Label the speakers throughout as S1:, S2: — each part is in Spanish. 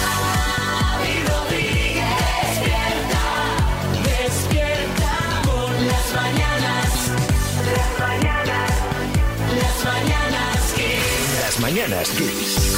S1: Xavi Rodríguez, despierta, despierta por las mañanas, las mañanas, las mañanas Kiss.
S2: Las mañanas Kiss.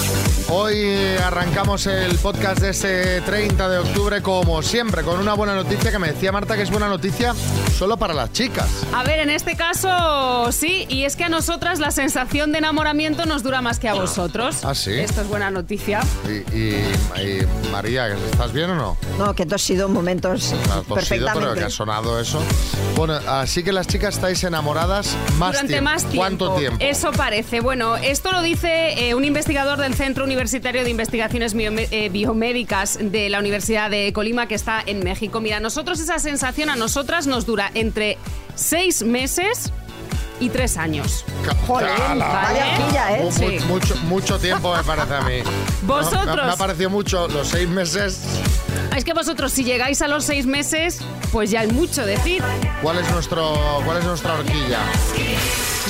S3: Hoy eh, arrancamos el podcast de este 30 de octubre, como siempre, con una buena noticia que me decía Marta que es buena noticia solo para las chicas.
S4: A ver, en este caso sí, y es que a nosotras la sensación de enamoramiento nos dura más que a vosotros.
S3: Ah, sí.
S4: Esto es buena noticia.
S3: Y, y- y, María, ¿estás bien o no?
S5: No, que esto ha sido momentos
S3: Has Pues tosido, pero que
S5: perfectamente.
S3: ha sonado eso. Bueno, así que las chicas estáis enamoradas más
S4: Durante
S3: tiempo.
S4: más tiempo.
S3: ¿Cuánto tiempo?
S4: Eso parece. Bueno, esto lo dice eh, un investigador del Centro Universitario de Investigaciones Biome- eh, Biomédicas de la Universidad de Colima, que está en México. Mira, nosotros esa sensación a nosotras nos dura entre seis meses y tres años.
S5: Jolín,
S3: ¡Hala!
S5: vaya horquilla, ¿eh?
S3: Mu-
S4: Sí.
S3: Mucho, mucho tiempo me parece a mí.
S4: Vosotros.
S3: Me, me ha parecido mucho los seis meses.
S4: Es que vosotros, si llegáis a los seis meses, pues ya hay mucho decir.
S3: ¿Cuál es, nuestro, cuál es nuestra horquilla?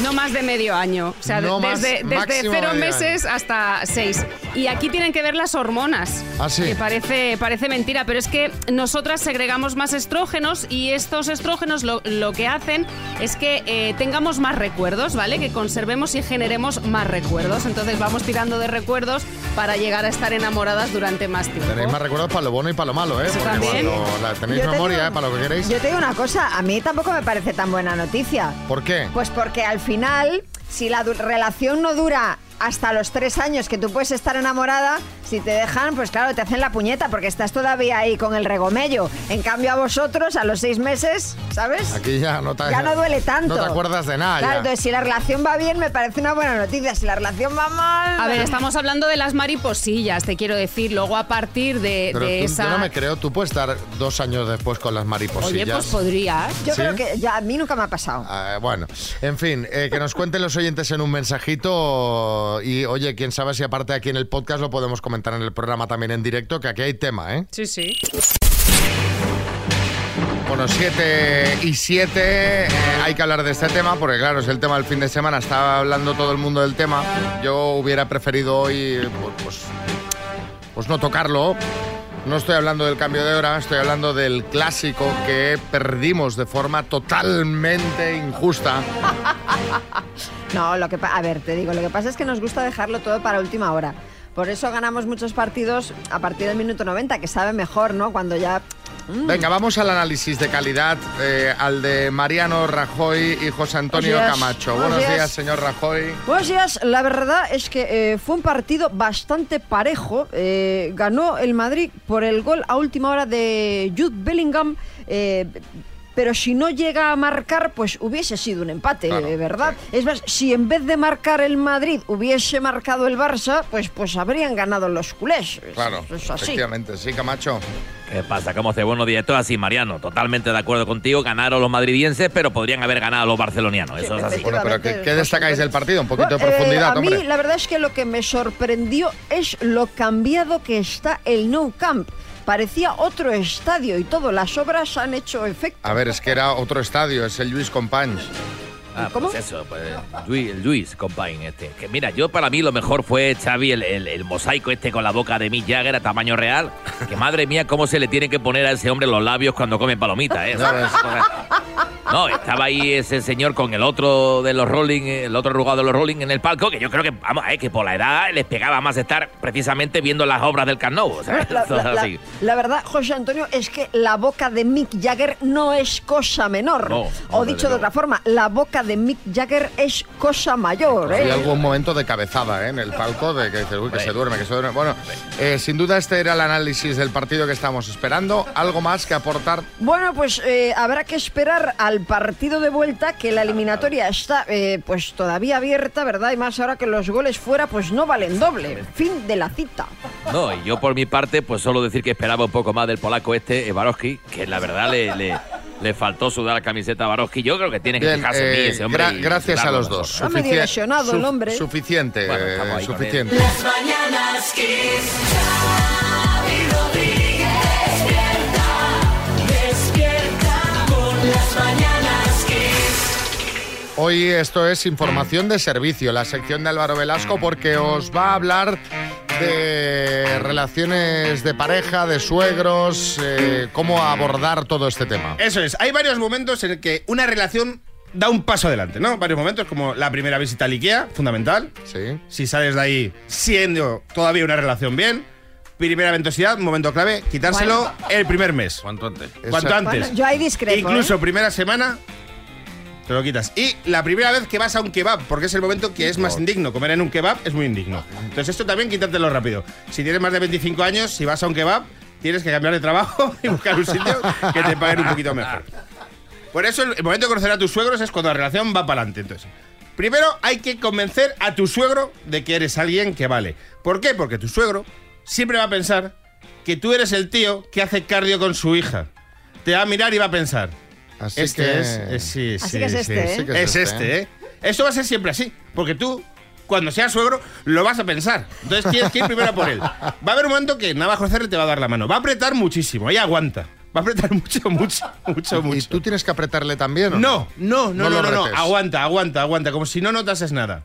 S4: No más de medio año. O sea,
S3: No
S4: de-
S3: más,
S4: desde, desde
S3: máximo
S4: cero
S3: medio
S4: meses hasta seis. Y aquí tienen que ver las hormonas.
S3: Ah, sí.
S4: Que
S5: Eh,
S4: parece, parece mentira, pero es que nosotras segregamos más estrógenos y estos estrógenos lo, lo que hacen es que eh, tengamos más recuerdos, ¿vale? Que conservemos y generemos más recuerdos. Entonces vamos tirando de recuerdos para llegar a estar enamoradas durante más tiempo.
S3: Tenéis más recuerdos para lo bueno y para lo malo, ¿eh?
S4: Eso
S3: Porque
S4: también.
S3: cuando la- tenéis
S5: Yo te
S3: memoria,
S5: digo-
S3: ¿eh? Para lo que queréis.
S5: Yo te digo una cosa, a mí tampoco me parece tan buena noticia.
S3: ¿Por qué?
S5: Pues porque al final, si la du- relación no dura hasta los tres años que tú puedes estar enamorada, si te dejan, pues claro, te hacen la puñeta porque estás todavía ahí con el regomello. En cambio a vosotros, a los seis meses, ¿sabes?
S3: Aquí ya no te...
S5: Ya no duele tanto.
S3: No te acuerdas de nada.
S5: Claro,
S3: ya.
S5: entonces si la relación va bien, me parece una buena noticia. Si la relación va mal.
S4: A ver, estamos hablando de las mariposillas, te quiero decir. Luego a partir de,
S3: Pero
S4: de
S3: tú,
S4: esa...
S3: yo no me creo, tú puedes estar dos años después con las mariposillas.
S4: Oye, pues podrías.
S5: Yo
S3: ¿Sí?
S5: creo que ya a mí nunca me ha pasado.
S3: Ah, bueno, en fin, eh, que nos cuenten los oyentes en un mensajito y oye, quién sabe si aparte aquí en el podcast lo podemos comentar en el programa también en directo, que aquí hay tema, ¿eh?
S4: Sí, sí.
S3: Bueno, 7 y 7, hay que hablar de este tema porque claro, es el tema del fin de semana, estaba hablando todo el mundo del tema, yo hubiera preferido hoy pues, pues, pues no tocarlo. No estoy hablando del cambio de hora, estoy hablando del clásico que perdimos de forma totalmente injusta.
S5: No, lo que pa- a ver, te digo, lo que pasa es que nos gusta dejarlo todo para última hora. Por eso ganamos muchos partidos a partir del minuto 90, que sabe mejor, ¿no? Cuando ya mm.
S3: Venga, vamos al análisis de calidad, eh, al de Mariano Rajoy y José Antonio
S5: Buenos días.
S3: Camacho.
S5: Buenos
S3: Buenos días,
S5: días,
S3: señor Rajoy.
S5: Buenos días, la verdad es que eh, fue un partido bastante parejo. Eh, ganó el Madrid por el gol a última hora de Jude Bellingham. eh, pero si no llega a marcar, pues hubiese sido un empate,
S3: Claro,
S5: eh, ¿verdad? Es más, si en vez de marcar el Madrid hubiese marcado el Barça, pues, pues habrían ganado los culés. Es-
S3: Claro,
S5: es Pues así.
S3: efectivamente, sí, Camacho.
S6: ¿Qué pasa? ¿Cómo hace? Buenos días. Todo así, Mariano. Totalmente de acuerdo contigo. Ganaron los madridienses, pero podrían haber ganado los barcelonianos. Eso es así.
S3: Bueno, pero ¿qué, qué destacáis del partido? Un poquito de
S5: Bueno, eh,
S3: profundidad,
S5: a mí
S3: hombre.
S5: la verdad es que lo que me sorprendió es lo cambiado que está el No Camp. Parecía otro estadio y todo, las obras han hecho efecto.
S3: A ver, es que era otro estadio, es el Luis Companys.
S6: Ah,
S5: ¿Cómo?
S6: pues eso, pues Luis, Luis compañero este. Que mira, yo para mí lo mejor fue Xavi, el, el- el mosaico este con la boca de Mick Jagger a tamaño real. Que madre mía, cómo se le tienen que poner a ese hombre los labios cuando come palomitas, ¿eh?
S3: No, no,
S6: No, estaba ahí ese señor con el otro de los Rolling, el otro arrugado de los Rolling en el palco, que yo creo que, vamos, es que por la edad les pegaba más estar precisamente viendo las obras del Carnot. O sea,
S5: La,
S6: eso
S5: la-
S6: es
S5: la-
S6: así.
S5: la verdad, José Antonio, es que la boca de Mick Jagger no es cosa menor.
S6: No, no,
S5: o
S6: desde
S5: dicho de
S6: luego.
S5: otra forma, la boca de Mick Jagger es cosa mayor.
S3: Hay
S5: ¿eh?
S3: algún momento de cabezada ¿eh? en el palco de que dices, uy, que se duerme, que se duerme. Bueno, eh, sin duda este era el análisis del partido que estamos esperando. ¿Algo más que aportar?
S5: Bueno, pues eh, habrá que esperar al partido de vuelta, que la eliminatoria está eh, pues todavía abierta, ¿verdad? Y más ahora que los goles fuera pues no valen doble. Fin de la cita.
S6: No, y yo por mi parte, pues solo decir que esperaba un poco más del polaco este, Barowski, que la verdad le, le, le faltó sudar la camiseta a Barowski. Yo creo que tiene que
S3: Bien,
S6: fijarse en
S3: eh,
S6: mí ese hombre.
S3: gra-
S6: y
S3: gracias a
S6: sudarlo
S3: los dos.
S6: nosotros.
S5: Ah, medio
S3: Sufici-
S5: lesionado el
S3: suf-
S5: hombre. ¿eh?
S3: Suficiente,
S6: Bueno, estamos
S3: eh,
S6: ahí con él.
S3: suficiente.
S1: Las mañanas Kiss. Xavi Rodríguez, despierta, despierta por las mañanas Kiss.
S3: Hoy esto es información de servicio, la sección de Álvaro Velasco, porque os va a hablar de relaciones de pareja, de suegros, eh, cómo abordar todo este tema.
S7: Eso es, hay varios momentos en el que una relación da un paso adelante, ¿no? Varios momentos, como la primera visita al IKEA, fundamental.
S3: Sí.
S7: Si sales de ahí siendo todavía una relación bien, primera ventosidad, momento clave, quitárselo el primer mes.
S8: ¿Cuánto antes?
S7: Cuanto
S3: Esa-
S7: antes.
S9: Bueno, yo ahí discrepo.
S7: Incluso
S9: ¿eh?
S7: primera semana te lo quitas. Y la primera vez que vas a un kebab, porque es el momento que es más indigno. Comer en un kebab es muy indigno. Entonces esto también quítatelo rápido. Si tienes más de 25 años, si vas a un kebab, tienes que cambiar de trabajo y buscar un sitio que te paguen un poquito mejor. Por eso el el momento de conocer a tus suegros es cuando la relación va para adelante. Entonces, primero hay que convencer a tu suegro de que eres alguien que vale. ¿Por qué? Porque tu suegro siempre va a pensar que tú eres el tío que hace cardio con su hija. Te va a mirar y va a pensar.
S3: Así
S7: este
S3: que-
S7: es, es- sí,
S9: Así
S7: sí,
S9: que es
S7: sí,
S9: este,
S7: sí.
S9: ¿eh?
S3: Sí que
S7: es este, ¿eh? Eso va a ser siempre así, porque tú, cuando seas suegro, lo vas a pensar. Entonces tienes que ir primero a por él. Va a haber un momento que Navajo Cerre te va a dar la mano. Va a apretar muchísimo, ahí aguanta. Va a apretar mucho, mucho, mucho,
S3: ¿Y
S7: mucho.
S3: tú tienes que apretarle también? ¿o
S7: No, no, no, no,
S3: lo
S7: no, no.
S3: retes.
S7: Aguanta, aguanta, aguanta. Como si no notases nada.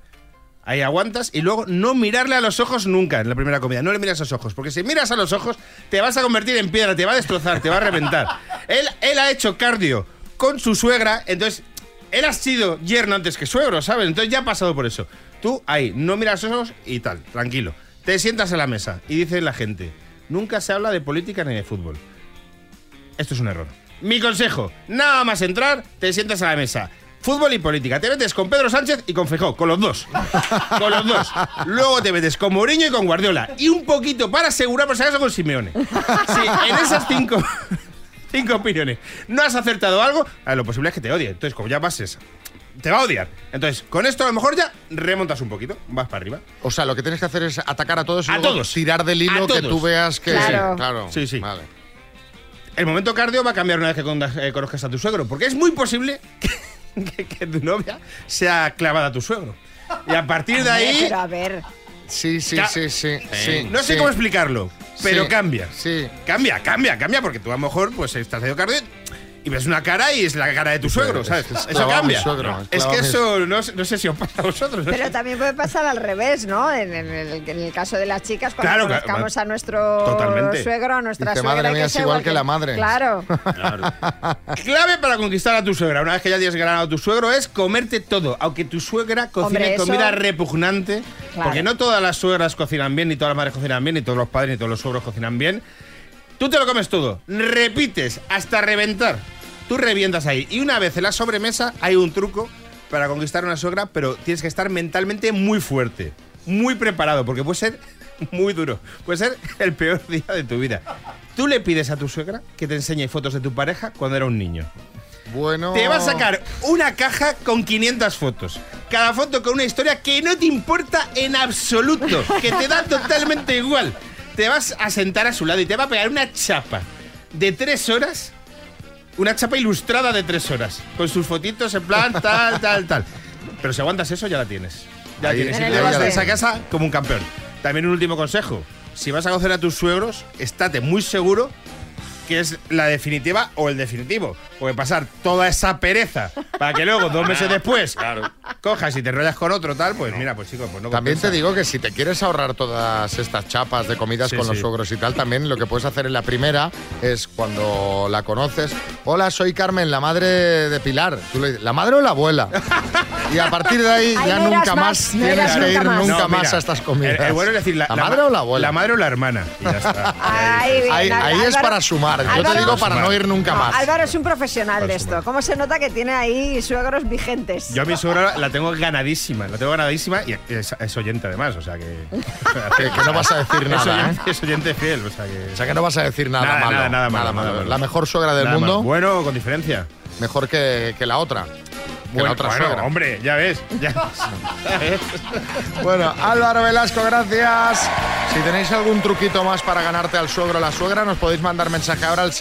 S7: Ahí aguantas y luego no mirarle a los ojos nunca en la primera comida. No le miras a los ojos, porque si miras a los ojos te vas a convertir en piedra, te va a destrozar, te va a reventar. él, él ha hecho cardio con su suegra, entonces él ha sido yerno antes que suegro, ¿sabes? Entonces ya ha pasado por eso. Tú ahí, no miras a los ojos y tal, tranquilo. Te sientas a la mesa y dice la gente, nunca se habla de política ni de fútbol. Esto es un error. Mi consejo, nada más entrar, te sientas a la mesa. Fútbol y política. Te metes con Pedro Sánchez y con Fejó, con los dos. Con los dos. Luego te metes con Mourinho y con Guardiola. Y un poquito para asegurar, por si acaso, con Simeone. Si en esas cinco, cinco opiniones no has acertado algo, a lo posible es que te odie. Entonces, como ya pases, te va a odiar. Entonces, con esto a lo mejor ya remontas un poquito, vas para arriba.
S3: O sea, lo que tienes que hacer es atacar a todos y
S7: A
S3: luego
S7: todos.
S3: tirar del hilo
S7: A
S3: que
S7: todos.
S3: tú veas que...
S9: Claro.
S7: Sí, sí.
S3: Vale.
S7: El momento cardio va a cambiar una vez que conda- eh, conozcas a tu suegro, porque es muy posible que, que- que tu novia sea clavada a tu suegro. Y a partir de ahí,
S9: Pero a ver,
S3: Sí, sí,
S7: Ca-
S3: sí, sí, sí,
S7: no sé
S3: sí,
S7: cómo explicarlo, pero
S3: sí,
S7: cambia.
S3: Sí.
S7: Cambia, cambia, cambia, porque tú a lo mejor pues estás haciendo cardio y ves una cara y es la cara de tu suegro,
S3: es-
S7: ¿sabes?
S3: es
S7: Eso
S3: clavado a mi
S7: cambia.
S3: suegro,
S7: es
S3: es
S7: que
S3: clavado a mi-
S7: eso no, sé- no sé si os pasa a vosotros. no sé.
S9: pero también puede pasar al revés, ¿no? En, en el, en el caso de las chicas, cuando
S7: Claro, claro.
S9: conozcamos a nuestro
S7: Totalmente.
S9: suegro, a nuestra
S3: Dice,
S9: suegra...
S3: madre
S9: hay
S3: mía, es
S9: ser
S3: igual que la madre.
S9: Claro.
S7: Clave para conquistar a tu suegra, una vez que ya hayas ganado a tu suegro, es comerte todo, aunque tu suegra cocine
S9: Hombre, eso-
S7: comida repugnante,
S9: Claro.
S7: porque no todas las suegras cocinan bien, ni todas las madres cocinan bien, ni todos los padres, ni todos los suegros cocinan bien. Tú te lo comes todo, repites hasta reventar. Tú revientas ahí. Y una vez en la sobremesa hay un truco para conquistar a una suegra, pero tienes que estar mentalmente muy fuerte, muy preparado, porque puede ser muy duro. Puede ser el peor día de tu vida. Tú le pides a tu suegra que te enseñe fotos de tu pareja cuando era un niño.
S3: Bueno...
S7: Te va a sacar una caja con 500 fotos. Cada foto con una historia que no te importa en absoluto, que te da totalmente igual. Te vas a sentar a su lado y te va a pegar una chapa de tres horas, una chapa ilustrada de tres horas, con sus fotitos en plan tal, tal, tal. Pero si aguantas eso, ya la tienes. Ya la
S3: Ahí-
S7: tienes. Y
S9: ahí
S7: te
S9: ya
S7: vas
S9: la
S7: de esa
S3: tienes.
S7: casa como un campeón. También un último consejo. Si vas a conocer a tus suegros, estate muy seguro que es la definitiva o el definitivo. Porque pasar toda esa pereza para que luego, dos meses después, cojas y te enrollas con otro tal, pues mira, pues chicos, pues no
S3: También te
S7: compensa.
S3: digo que si te quieres ahorrar todas estas chapas de comidas
S7: Sí,
S3: con los
S7: sí.
S3: suegros y tal, también lo que puedes hacer en la primera es cuando la conoces, hola, soy Carmen, la madre de Pilar. Tú le dices, ¿la madre o la abuela? Y a partir de ahí
S9: Ay,
S3: ya
S9: no eras
S3: nunca
S9: más,
S3: más
S9: no
S3: tienes
S9: eras
S3: que ir
S9: nunca más.
S3: nunca
S7: No,
S3: más
S7: mira,
S3: a estas comidas.
S7: el- el bueno es decir, la, la
S3: madre
S7: ma-
S3: o la abuela.
S7: La madre o la hermana. Y ya está.
S9: Ahí, bien,
S3: Ahí,
S9: Al-
S3: ahí es
S9: Álvaro-
S3: para sumar. Yo
S9: Álvaro-
S3: te digo para no ir nunca
S9: No,
S3: más.
S9: Álvaro es un profesional de
S7: Para
S9: esto.
S7: sumar.
S9: ¿Cómo se nota que tiene ahí suegros vigentes?
S7: Yo a mi suegra la tengo ganadísima, la tengo ganadísima y es, es oyente además, o sea que.
S3: Que, que Pues no vas a decir
S7: es,
S3: nada, ¿eh?
S7: oyente, es oyente fiel, o sea que.
S3: O sea que no vas a decir nada,
S7: Nada,
S3: malo,
S7: nada, nada malo, nada malo.
S3: La mejor suegra del
S7: nada más.
S3: mundo,
S7: Bueno, con diferencia.
S3: mejor eh, que, que la otra. Que la otra
S7: bueno,
S3: suegra.
S7: hombre, ya ves. Ya ves.
S3: Bueno, Álvaro Velasco, gracias. Si tenéis algún truquito más para ganarte al suegro o la suegra, nos podéis mandar mensaje ahora al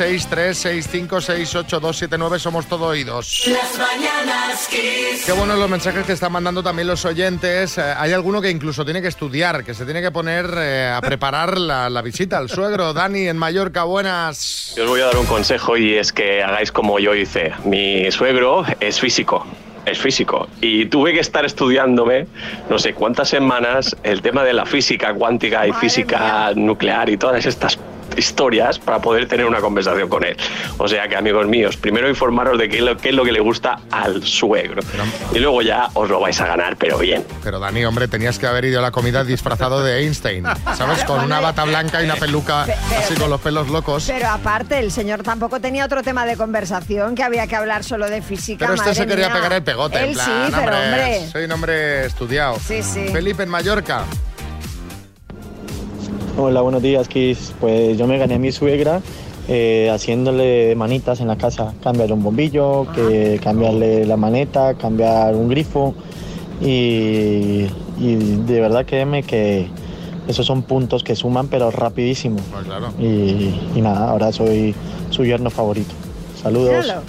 S3: 636568279. Somos todo oídos.
S1: Las mañanas kiss.
S3: Qué buenos los mensajes que están mandando también los oyentes. Eh, hay alguno que incluso tiene que estudiar, que se tiene que poner eh, a preparar la, la visita al suegro. Dani, en Mallorca, buenas.
S5: Yo os voy a dar un consejo y es que hagáis como yo hice. Mi suegro es físico,
S8: es físico. Y tuve que estar estudiándome no sé cuántas semanas el tema de la física cuántica y
S9: Madre
S8: física nuclear y todas estas historias para poder tener una conversación con él. O sea que amigos míos, primero informaros de qué es lo, qué es lo que le gusta al suegro. Y luego ya os lo vais a ganar, pero bien.
S3: Pero Dani, hombre, tenías que haber ido a la comida disfrazado de Einstein, ¿sabes? Con una bata blanca y una peluca así con los pelos locos.
S5: Pero aparte, el señor tampoco tenía otro tema de conversación, que había que hablar solo de física.
S3: Pero este
S5: madre
S3: se quería
S5: mía.
S3: pegar el pegote, en
S5: Él
S3: plan,
S5: sí, pero hombre.
S3: soy un hombre estudiado.
S5: Sí, sí.
S3: Felipe en Mallorca.
S10: Hola, buenos días, Kiss. Pues yo me gané a mi suegra eh, haciéndole manitas en la casa. Cambiarle un bombillo, que
S3: Ah.
S10: cambiarle la maneta, cambiar un grifo. Y, y de verdad créeme que esos son puntos que suman, pero rapidísimo.
S3: Pues claro,
S10: Y, y nada, ahora soy su yerno favorito. Saludos.
S5: Míralo.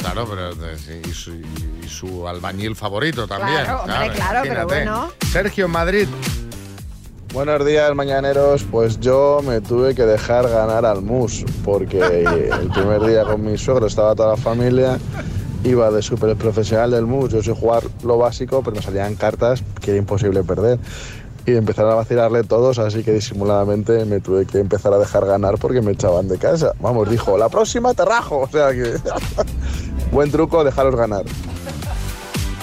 S3: claro, pero eh, sí, y su, y su albañil favorito también.
S5: Claro, hombre, claro, pero bueno.
S3: Sergio en Madrid.
S11: Buenos días, mañaneros. Pues yo me tuve que dejar ganar al mus, porque el primer día con mi suegro estaba toda la familia, iba de súper profesional del mus. Yo sé jugar lo básico, pero me salían cartas que era imposible perder. Y empezaron a vacilarle todos, así que disimuladamente me tuve que empezar a dejar ganar porque me echaban de casa. Vamos, dijo, la próxima te rajo. O sea que. Buen truco, dejaros ganar.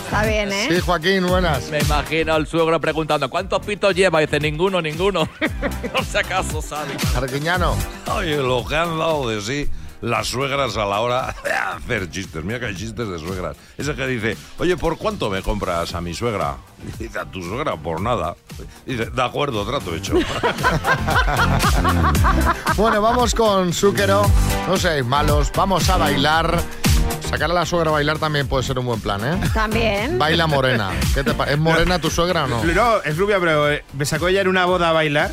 S5: Está bien, ¿eh?
S3: Sí, Joaquín, buenas.
S6: Me imagino al suegro preguntando, ¿cuántos pitos lleva? Y dice, ninguno, ninguno. no sé acaso sabe.
S3: Arquiñano.
S9: ¿eh?
S12: Oye, lo que han dado de sí las suegras a la hora de hacer chistes. Mira que hay chistes de suegras. Ese que dice, oye, ¿por cuánto me compras a mi suegra? Dice, a tu suegra, por nada. Dice, de acuerdo, trato hecho.
S3: Bueno, vamos con Zúquero. No seáis malos, vamos a bailar. Sacar a la suegra a bailar también puede ser un buen plan, ¿eh?
S5: También.
S3: Baila morena. ¿Qué te pa- ¿Es morena tu suegra o no?
S7: No, es rubia, pero eh, me sacó ella en una boda a bailar,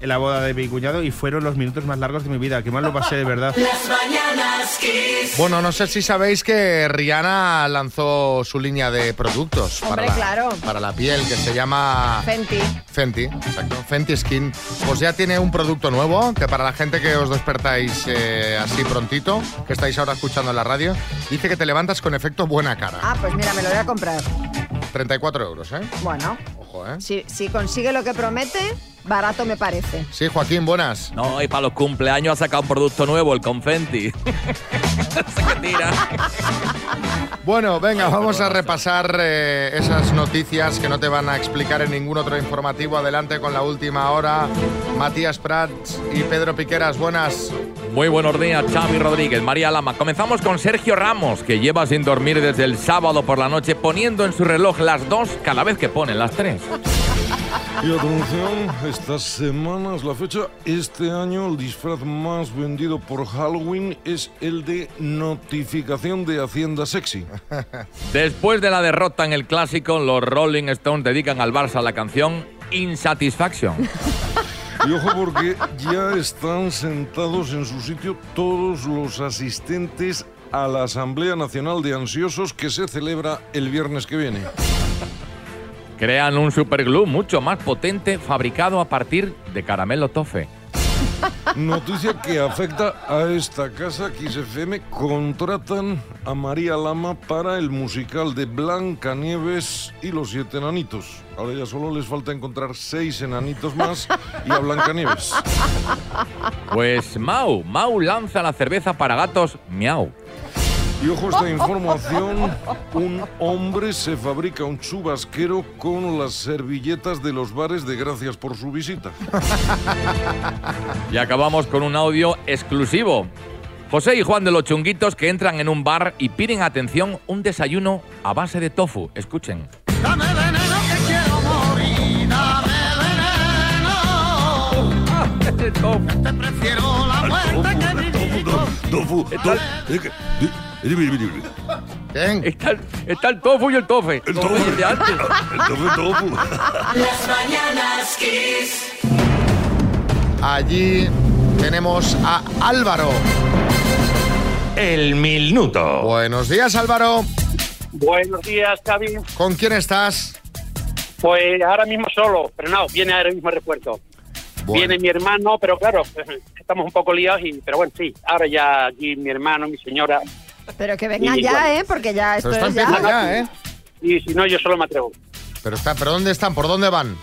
S7: en la boda de mi cuñado, y fueron los minutos más largos de mi vida. Qué mal lo pasé, de verdad.
S1: Las mañanas Kiss.
S3: Bueno, no sé si sabéis que Rihanna lanzó su línea de productos para,
S5: Hombre,
S3: la,
S5: claro.
S3: para la piel que se llama
S5: Fenty.
S3: Fenty, exacto, Fenty Skin. Pues ya tiene un producto nuevo que para la gente que os despertáis eh, así prontito, que estáis ahora escuchando en la radio, dice que te levantas con efecto buena cara.
S5: Ah, pues mira, me lo voy a comprar.
S3: 34 euros, ¿eh?
S5: Bueno,
S3: Ojo, ¿eh?
S5: si, si consigue lo que promete, barato me parece.
S3: Sí, Joaquín, buenas.
S6: No, y para los cumpleaños ha sacado un producto nuevo, el confetti. Se que tira.
S3: Bueno, venga, vamos a repasar eh, esas noticias que no te van a explicar en ningún otro informativo. Adelante con la última hora. Matías Prats y Pedro Piqueras, buenas.
S6: Muy buenos días, Xavi Rodríguez, María Lama. Comenzamos con Sergio Ramos, que lleva sin dormir desde el sábado por la noche, poniendo en su reloj las dos cada vez que ponen las tres.
S12: Y atención, estas semanas, la fecha, este año el disfraz más vendido por Halloween es el de notificación de Hacienda Sexy.
S6: Después de la derrota en el clásico, los Rolling Stones dedican al Barça la canción Insatisfaction.
S12: Y ojo porque ya están sentados en su sitio todos los asistentes a la Asamblea Nacional de Ansiosos que se celebra el viernes que viene.
S6: Crean un superglue mucho más potente fabricado a partir de caramelo tofe.
S12: Noticia que afecta a esta casa, XFM, contratan a María Lama para el musical de Blancanieves y los siete enanitos. Ahora ya solo les falta encontrar seis enanitos más y a Blancanieves.
S6: Pues Mau, Mau lanza la cerveza para gatos miau.
S12: Y ojo a esta información, un hombre se fabrica un chubasquero con las servilletas de los bares de gracias por su visita.
S6: Y acabamos con un audio exclusivo. José y Juan de los Chunguitos que entran en un bar y piden atención un desayuno a base de tofu. Escuchen.
S12: Tofu, tofu,
S3: Bien.
S6: Está, el- está el tofu y el tofe.
S12: El
S6: Como
S12: tofu.
S6: el de antes.
S12: tofu.
S1: Las mañanas Kiss.
S3: Allí tenemos a Álvaro.
S12: El minuto.
S3: Buenos días, Álvaro.
S13: Buenos días, Xavi.
S3: ¿Con quién estás?
S13: Pues ahora mismo solo, pero no, viene ahora mismo el refuerzo.
S3: Bueno,
S13: Viene mi hermano, pero claro, estamos un poco liados, y, pero bueno, sí, ahora ya aquí mi hermano, mi señora,
S5: Pero que vengan
S3: Y-
S5: ya, ¿eh? Porque ya esto
S3: Pero esto
S5: es ya.
S3: empieza ya, ¿eh?
S13: Y si no, yo solo me atrevo.
S3: Pero, está, ¿Pero dónde están? ¿Por dónde van?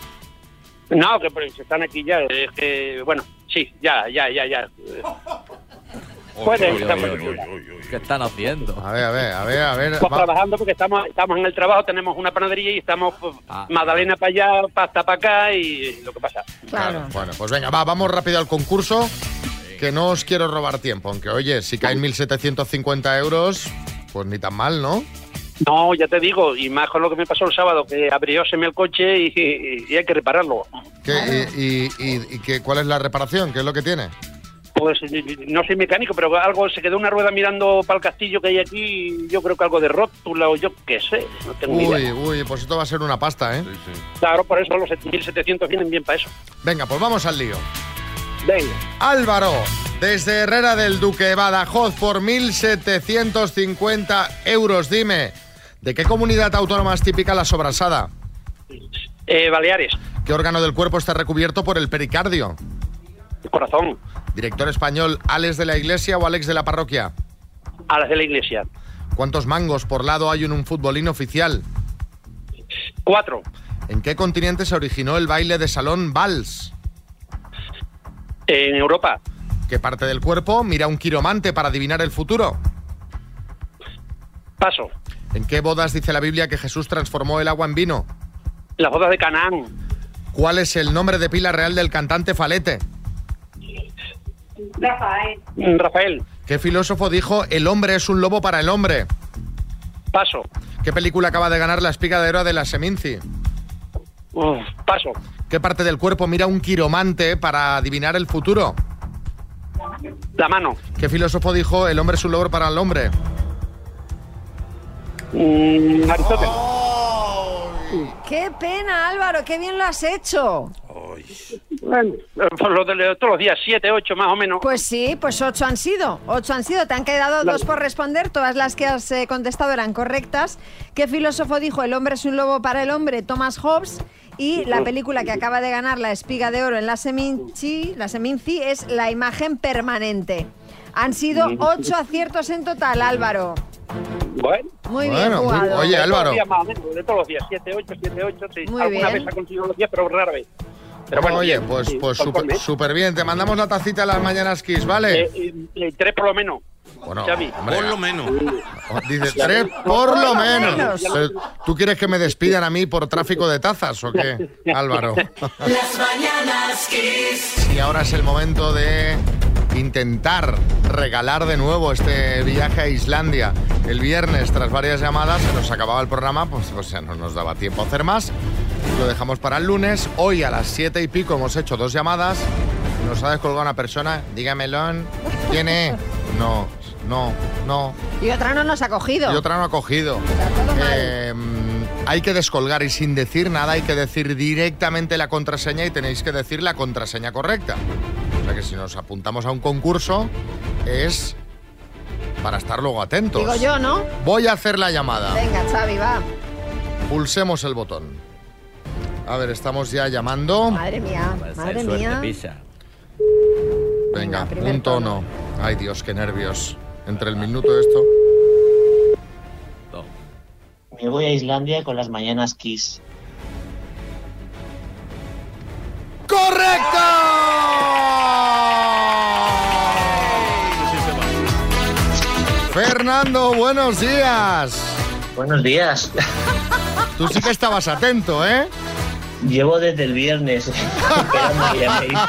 S13: No, que pues, están aquí ya. Es que, bueno, sí, ya, ya, ya, ya. Eh, Pueden,
S6: Oy, oy,
S13: están
S6: oy,
S13: pueden.
S6: oy, oy, oy. ¿Qué están haciendo?
S3: A ver, a ver, a ver, a ver.
S13: Pues
S3: va-
S13: trabajando porque estamos, estamos en el trabajo, tenemos una panadería y estamos pues,
S6: Ah.
S13: Magdalena para allá, pasta para acá y lo que pasa.
S3: Claro. Bueno, pues venga, va, vamos rápido al concurso, que no os quiero robar tiempo, aunque oye, si caen 1.750 euros, pues ni tan mal, ¿no?
S13: No, ya te digo, y más con lo que me pasó el sábado, que abrióseme el coche y, y- y hay que repararlo.
S3: ¿Qué- y, y- y- y qué- cuál es la reparación? ¿Qué es lo que tiene?
S13: Pues y- y- no soy mecánico, pero algo se quedó una rueda mirando para el castillo que hay aquí, y yo creo que algo de rótula o yo qué sé, no tengo ni
S3: Uy,
S13: idea.
S3: uy, pues esto va a ser una pasta, ¿eh?
S13: Claro, por eso los 7.700 vienen bien para eso.
S3: Venga, pues vamos al lío.
S13: Venga.
S3: Álvaro, desde Herrera del Duque, Badajoz, por 1.750 euros, dime, ¿de qué comunidad autónoma es típica la sobrasada?
S13: Eh, Baleares,
S3: ¿Qué órgano del cuerpo está recubierto por el pericardio?
S13: El corazón,
S3: Director español, ¿Alex de la Iglesia o Alex de la Parroquia?
S13: a las de la iglesia.
S3: ¿Cuántos mangos por lado hay en un futbolín oficial?
S13: Cuatro.
S3: ¿En qué continente se originó el baile de salón vals?
S13: En Europa.
S3: ¿Qué parte del cuerpo mira un quiromante para adivinar el futuro?
S13: Paso.
S3: ¿En qué bodas dice la Biblia que Jesús transformó el agua en vino?
S13: Las bodas de Canaán,
S3: ¿Cuál es el nombre de pila real del cantante Falete?
S13: Rafael. Mm, Rafael,
S3: ¿Qué filósofo dijo el hombre es un lobo para el hombre?
S13: paso.
S3: ¿Qué película acaba de ganar la espiga de oro de la Seminci?
S13: Uf, paso.
S3: ¿Qué parte del cuerpo mira un quiromante para adivinar el futuro?
S13: La mano.
S3: ¿Qué filósofo dijo el hombre es un lobo para el hombre?
S13: Mm, Aristóteles.
S5: ¡Qué pena, Álvaro! ¡Qué bien lo has hecho!
S13: Bueno, eh, por lo de todos los días, siete, ocho más o menos.
S5: Pues sí, pues ocho han sido. Ocho han sido. Te han quedado dos por responder. Todas las que has eh, contestado eran correctas. ¿Qué filósofo dijo el hombre es un lobo para el hombre? Thomas Hobbes. Y la película que acaba de ganar la espiga de oro en la Seminci, la Seminci es La imagen permanente. Han sido ocho aciertos en total, Álvaro.
S13: Bueno.
S5: Muy bien Bueno, muy- jugado. oye,
S13: De todos los
S3: Álvaro.
S13: días más o menos, de todos los días, siete, ocho, siete, ocho. sí.
S5: Muy
S13: Alguna
S5: bien.
S13: vez ha conseguido los días, pero rara vez. Pero
S3: Bueno,
S13: bueno,
S3: oye,
S13: bien,
S3: pues
S13: sí,
S3: pues
S13: conforme.
S3: súper súper bien. Te mandamos la tacita a las mañanas Kiss, ¿vale?
S13: Eh, eh, eh, tres por lo menos.
S3: Bueno,
S13: Xavi.
S3: hombre, Por lo
S7: menos.
S3: Oh, Dice, tres por lo menos. Pero, ¿Tú quieres que me despidan a mí por tráfico de tazas o qué, Álvaro?
S1: Las mañanas kiss.
S3: Y ahora es el momento de intentar regalar de nuevo este viaje a Islandia. El viernes, tras varias llamadas, se nos acababa el programa, pues o sea, no nos daba tiempo a hacer más. Lo dejamos para el lunes. Hoy a las siete y pico hemos hecho dos llamadas. Nos ha descolgado una persona. Dígamelo. ¿Quién es? No, no, no.
S5: Y otra no nos ha cogido.
S3: Y otra no ha cogido. Eh, mm, hay que descolgar y sin decir nada hay que decir directamente la contraseña y tenéis que decir la contraseña correcta. O sea que si nos apuntamos a un concurso es para estar luego atentos.
S5: Digo yo, ¿no?
S3: Voy a hacer la llamada.
S5: Venga, Xavi, va.
S3: Pulsemos el botón. A ver, estamos ya llamando.
S5: Madre mía, madre mía.
S3: Venga,
S5: primer
S3: un tono. Ay Dios, qué nervios. Entre el minuto de esto.
S14: Me voy a Islandia con las mañanas Kiss.
S3: ¡Correcto! Fernando, buenos días.
S14: Buenos días.
S3: Tú sí que estabas atento, ¿eh?
S14: Llevo desde el viernes eh, esperando que llaméis.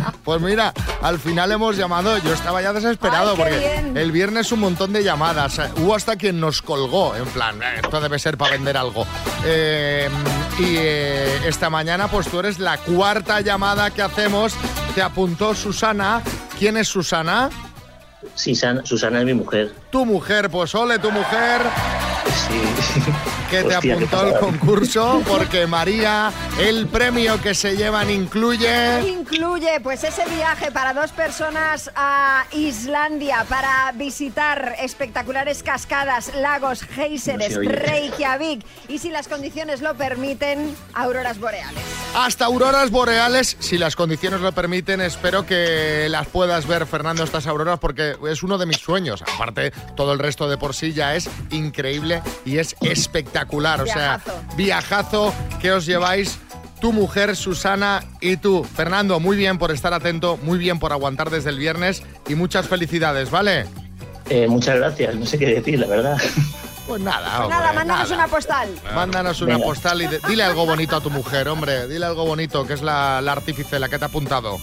S3: Pues mira, al final hemos llamado, yo estaba ya desesperado
S14: Ay, qué
S3: porque
S14: bien.
S3: el viernes un montón de llamadas, Eh, hubo hasta quien nos colgó, en plan, "Eh, esto debe ser para vender algo. Eh, y eh, esta mañana pues tú eres la cuarta llamada que hacemos, te apuntó Susana, ¿quién es Susana?
S14: Sí, San- Susana es mi mujer.
S3: Tu mujer, pues ole tu mujer.
S14: Sí.
S3: que te
S14: Hostia, qué
S3: apuntó al
S14: pasada.
S3: concurso porque María, el premio que se llevan incluye...
S5: Incluye pues ese viaje para dos personas a Islandia para visitar espectaculares cascadas, lagos,
S3: No
S5: géiseres,
S3: se oye.
S5: Reykjavik y si las condiciones lo permiten, auroras boreales.
S3: Hasta auroras boreales, si las condiciones lo permiten, espero que las puedas ver, Fernando, estas auroras, porque es uno de mis sueños. Aparte, todo el resto de por sí ya es increíble y es espectacular. O sea, viajazo que os lleváis tu mujer, Susana, y tú. Fernando, muy bien por estar atento, muy bien por aguantar desde el viernes y muchas felicidades, ¿vale?
S14: Eh, muchas gracias, no sé qué decir, la verdad.
S3: Pues nada,
S5: Nada,
S3: hombre,
S5: mándanos
S3: nada.
S5: una postal.
S3: Mándanos una
S14: Venga.
S3: postal y de- dile algo bonito a tu mujer, hombre. Dile algo bonito, que es la, la artífice, la que te ha apuntado.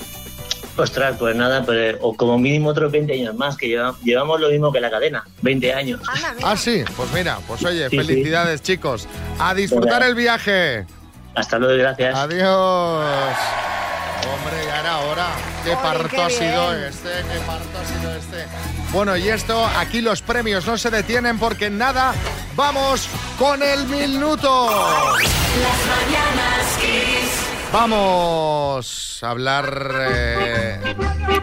S14: Ostras, pues nada, pues, o como mínimo otros 20 años más, que lleva- llevamos lo mismo que la cadena, 20 años.
S3: Ah, sí, pues mira, pues oye,
S14: Sí, sí.
S3: felicidades, chicos. A disfrutar
S14: Venga.
S3: el viaje.
S14: Hasta luego, gracias.
S3: Adiós. Hombre, ya era hora. Qué
S14: Ole,
S3: parto
S14: qué
S3: ha sido
S14: bien.
S3: este, qué parto ha sido este. Bueno, y esto, aquí los premios no se detienen porque en nada, vamos con el minuto.
S1: Las mañanas kiss.
S3: Vamos a hablar, eh,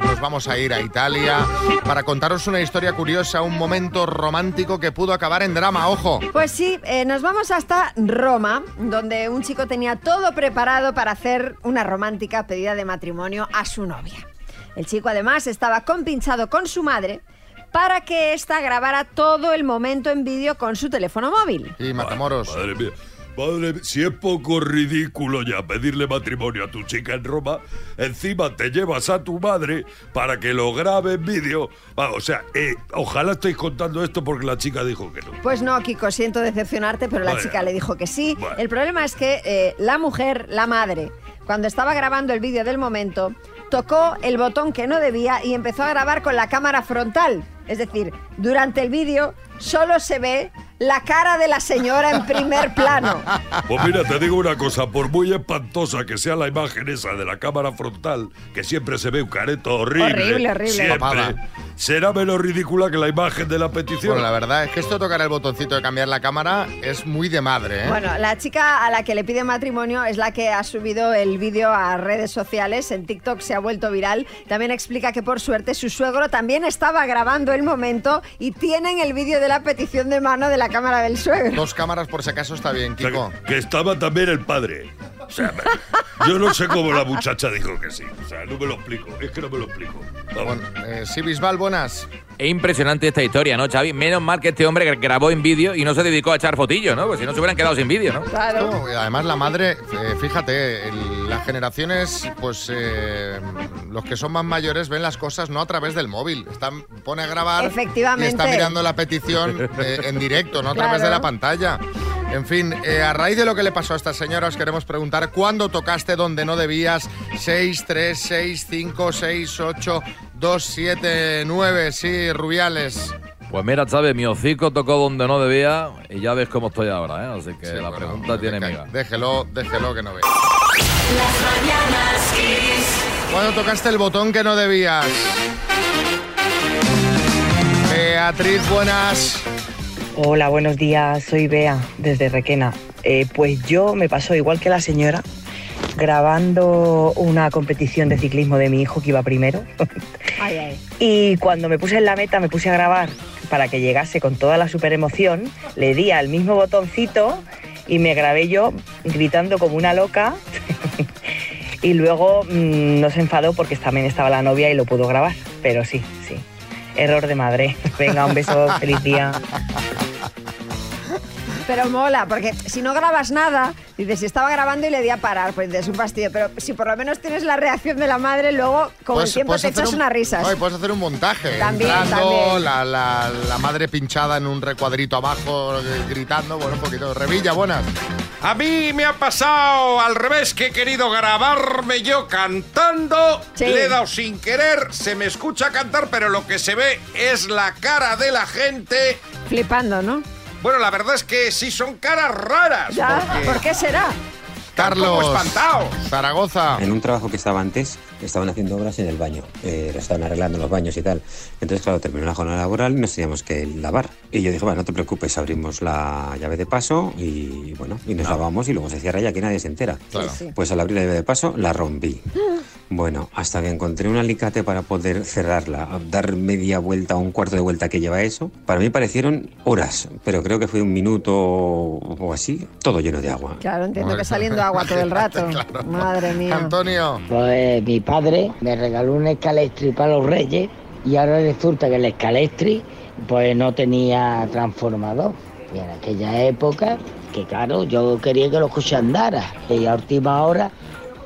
S3: nos vamos a ir a Italia para contaros una historia curiosa, un momento romántico que pudo acabar en drama, ojo.
S5: Pues sí, eh, nos vamos hasta Roma, donde un chico tenía todo preparado para hacer una romántica pedida de matrimonio a su novia. El chico además estaba compinchado con su madre para que ésta grabara todo el momento en vídeo con su teléfono móvil.
S3: Y Matamoros.
S15: Madre mía. Madre mía, si es poco ridículo ya pedirle matrimonio a tu chica en Roma, encima te llevas a tu madre para que lo grabe en vídeo. Ah, o sea, eh, ojalá estéis contando esto porque la chica dijo que no.
S5: Pues no, Kiko, siento decepcionarte, pero la
S15: Vaya.
S5: chica le dijo que sí.
S15: Bueno.
S5: El problema es que eh, la mujer, la madre, cuando estaba grabando el vídeo del momento, tocó el botón que no debía y empezó a grabar con la cámara frontal. Es decir, durante el vídeo solo se ve la cara de la señora en primer plano.
S15: Pues mira, te digo una cosa, por muy espantosa que sea la imagen esa de la cámara frontal, que siempre se ve un careto horrible.
S5: Horrible, horrible.
S15: Siempre,
S3: Papada.
S15: será menos ridícula que la imagen de la petición.
S3: Bueno, la verdad es que esto tocar el botoncito de cambiar la cámara es muy de madre, ¿eh?
S5: Bueno, la chica a la que le pide matrimonio es la que ha subido el vídeo a redes sociales, en TikTok se ha vuelto viral. También explica que por suerte su suegro también estaba grabando el momento y tienen el vídeo de la petición de mano de la cámara del suegro.
S3: Dos cámaras por si acaso está bien,
S15: O sea,
S3: Kiko.
S15: que- que estaba también el padre. O sea, yo no sé cómo la muchacha dijo que sí. O sea, no me lo explico. Es que no me lo explico. Vamos.
S3: eh, sí, Bisbal, buenas.
S6: Es impresionante esta historia, ¿no, Xavi? Menos mal que este hombre gra- grabó en vídeo y no se dedicó a echar fotillos, ¿no? Pues si no se hubieran quedado sin vídeo, ¿no?
S3: Esto, además, la madre, eh, fíjate, el- las generaciones, pues eh, los que son más mayores ven las cosas no a través del móvil. Están, pone a grabar
S5: Efectivamente.
S3: y está mirando la petición eh, en directo, no a través
S5: Claro.
S3: de la pantalla. En fin, eh, a raíz de lo que le pasó a esta señora, os queremos preguntar cuándo tocaste donde no debías. 6, 3, 6, 5, 6, 8, 2, 7, 9. Sí, Rubiales.
S6: Pues mira, Xavi, mi hocico tocó donde no debía y ya ves cómo estoy ahora, ¿eh? Así que la pregunta tiene miga.
S3: Déjelo, déjelo que no vea.
S1: Las mañanas kiss.
S3: Cuando tocaste el botón que no debías. Beatriz, buenas.
S16: Hola, buenos días. Soy Bea desde Requena. Eh, pues yo me pasó igual que la señora grabando una competición de ciclismo de mi hijo que iba primero.
S5: Ay, ay.
S16: Y cuando me puse en la meta, me puse a grabar para que llegase con toda la super emoción. Le di al mismo botoncito y me grabé yo gritando como una loca. y luego mm, no se enfadó porque también estaba la novia y lo pudo grabar. Pero sí, sí. Error de madre. Venga, un beso, feliz día.
S5: Pero mola, porque si no grabas nada, dices, si estaba grabando y le di a parar, pues es un fastidio. Pero si por lo menos tienes la reacción de la madre, luego con el tiempo te
S3: Pues, hacer
S5: echas
S3: un-
S5: unas risas.
S3: Ay, puedes hacer un montaje.
S5: También,
S3: entrando,
S5: también.
S3: La, la- la madre pinchada en un recuadrito abajo, eh, gritando, bueno, un poquito. Revilla, buenas.
S17: A mí me ha pasado al revés que he querido grabarme yo cantando.
S3: Sí.
S17: Le he dado sin querer, se me escucha cantar, pero lo que se ve es la cara de la gente.
S5: Flipando, ¿no?
S17: Bueno, la verdad es que sí son caras raras.
S5: Ya,
S17: porque
S5: ¿por qué será?
S3: Carlos.
S17: espantado.
S3: Zaragoza.
S18: En un trabajo que estaba antes, estaban haciendo obras en el baño, eh, estaban arreglando los baños y tal. Entonces, claro, terminó la jornada laboral y nos teníamos que lavar. Y yo dije, bueno, no te preocupes, abrimos la llave de paso y bueno, y nos lavamos y luego se cierra ya que nadie se entera.
S3: Claro. sí.
S18: Pues al abrir la llave de paso, la rompí. Bueno, hasta que encontré un alicate para poder cerrarla, dar media vuelta o un cuarto de vuelta que lleva eso. Para mí parecieron horas, pero creo que fue un minuto o así, todo lleno de agua.
S5: Claro, entiendo que saliendo agua todo el rato. Madre mía.
S3: Antonio.
S19: Pues mi padre me regaló un escalestri para los reyes y ahora resulta que el escalestri pues no tenía transformador. Y en aquella época, que claro, yo quería que los coches andara. Y a última hora,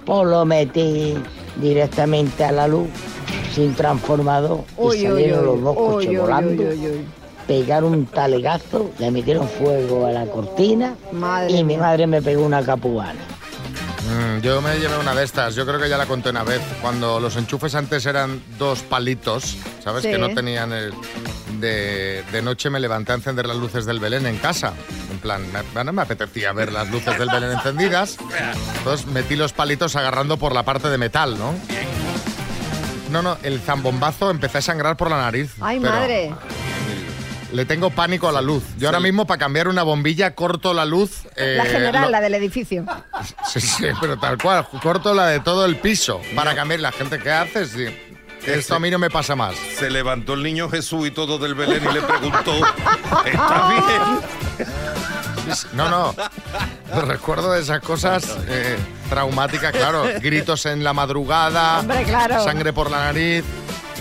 S19: pues lo metí directamente a la luz, sin transformador.
S5: Uy,
S19: y
S5: uy,
S19: salieron
S5: uy,
S19: los dos
S5: uy,
S19: coches
S5: uy, uy,
S19: volando.
S5: uy, uy.
S19: Pegaron un talegazo, le metieron fuego a la cortina
S5: Madre
S19: y mi
S5: mía.
S19: madre me pegó una capuana.
S3: Mm, yo me llevé una de estas, yo creo que ya la conté una vez. Cuando los enchufes antes eran dos palitos, ¿sabes?
S19: Sí.
S3: Que no tenían el- De, de noche me levanté a encender las luces del Belén en casa. En plan, me, no me apetecía ver las luces del Belén encendidas. Entonces metí los palitos agarrando por la parte de metal, ¿no? No, no, el zambombazo empecé a sangrar por la nariz.
S5: Ay,
S3: pero-
S5: madre.
S3: Le tengo pánico a la luz. Yo ahora mismo para cambiar una bombilla corto la luz. eh,
S5: la general,
S3: lo-
S5: la del edificio.
S3: Sí, sí, pero tal cual. Corto la de todo el piso para cambiar la gente que haces. Sí. Esto a mí no me pasa más.
S17: Se levantó el niño Jesús y todo del Belén y le preguntó, ¿está bien?
S3: No, no. Recuerdo de esas cosas eh, traumáticas, claro. Gritos en la madrugada.
S5: Hombre, claro.
S3: Sangre por la nariz.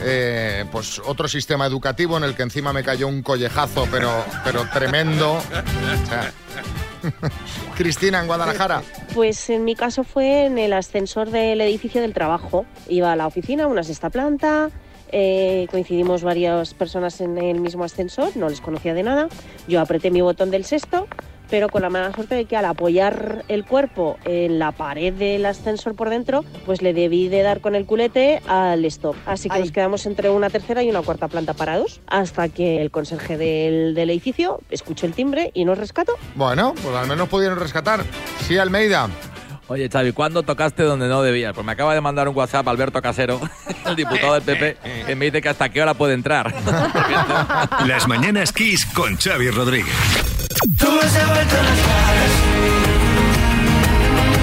S3: eh, pues otro sistema educativo en el que encima me cayó un collejazo, pero, pero tremendo. O sea, Cristina en Guadalajara.
S20: Pues en mi caso fue en el ascensor del edificio del trabajo. Iba a la oficina, una sexta planta, eh, coincidimos varias personas en el mismo ascensor, no les conocía de nada. Yo apreté mi botón del sexto, pero con la mala suerte de que al apoyar el cuerpo en la pared del ascensor por dentro, pues le debí de dar con el culete al stop. Así que nos quedamos entre una tercera y una cuarta planta parados, hasta que el conserje del, del edificio escuchó el timbre y nos rescató.
S3: Bueno, pues al menos pudieron rescatar. Sí, Almeida.
S6: Oye, Xavi, ¿cuándo tocaste donde no debías? Pues me acaba de mandar un WhatsApp Alberto Casero, el diputado del PP, que me dice que hasta qué hora puede entrar.
S21: Las mañanas Kiss con Xavi Rodríguez.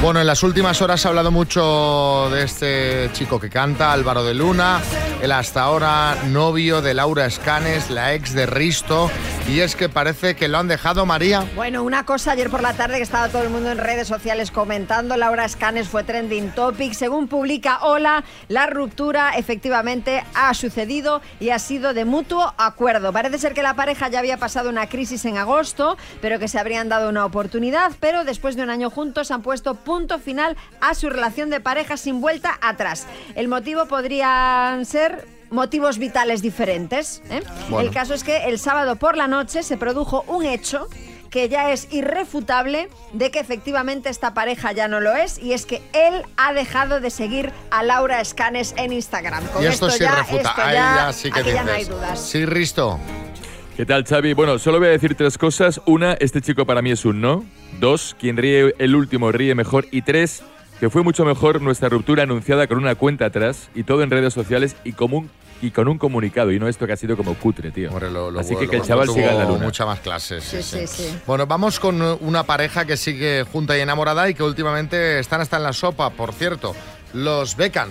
S3: Bueno, en las últimas horas se ha hablado mucho de este chico que canta, Álvaro de Luna, el hasta ahora novio de Laura Escanes, la ex de Risto, y es que parece que lo han dejado María.
S5: Bueno, una cosa ayer por la tarde que estaba todo el mundo en redes sociales comentando, Laura Escanes fue trending topic, según publica Hola, la ruptura efectivamente ha sucedido y ha sido de mutuo acuerdo. Parece ser que la pareja ya había pasado una crisis en agosto, pero que se habrían dado una oportunidad, pero después de un año juntos han puesto punto final a su relación de pareja sin vuelta atrás. El motivo podrían ser motivos vitales diferentes. ¿eh?
S1: Bueno.
S5: El caso es que el sábado por la noche se produjo un hecho que ya es irrefutable de que efectivamente esta pareja ya no lo es y es que él ha dejado de seguir a Laura Escanes en Instagram. Con
S3: Y esto, sí
S5: ya,
S3: refuta.
S5: esto
S3: Ahí
S5: ya-
S3: ya sí que
S5: aquí ya
S3: dices.
S5: no hay dudas.
S3: Sí, Risto.
S22: ¿Qué tal, Xavi? Bueno, solo voy a decir tres cosas. Una, este chico para mí es un no. Dos, quien ríe el último ríe mejor. Y tres, que fue mucho mejor nuestra ruptura anunciada con una cuenta atrás y todo en redes sociales y con un, y con un comunicado. Y no esto que ha sido como cutre, tío. Así que que el
S3: lo-
S22: chaval
S3: tuvo
S22: siga en la luna.
S3: mucha más clases. sí,
S5: Sí,
S3: sí.
S5: sí.
S3: Bueno, vamos con una pareja que sigue junta y enamorada y que últimamente están hasta en la sopa, por cierto. Los Beckham.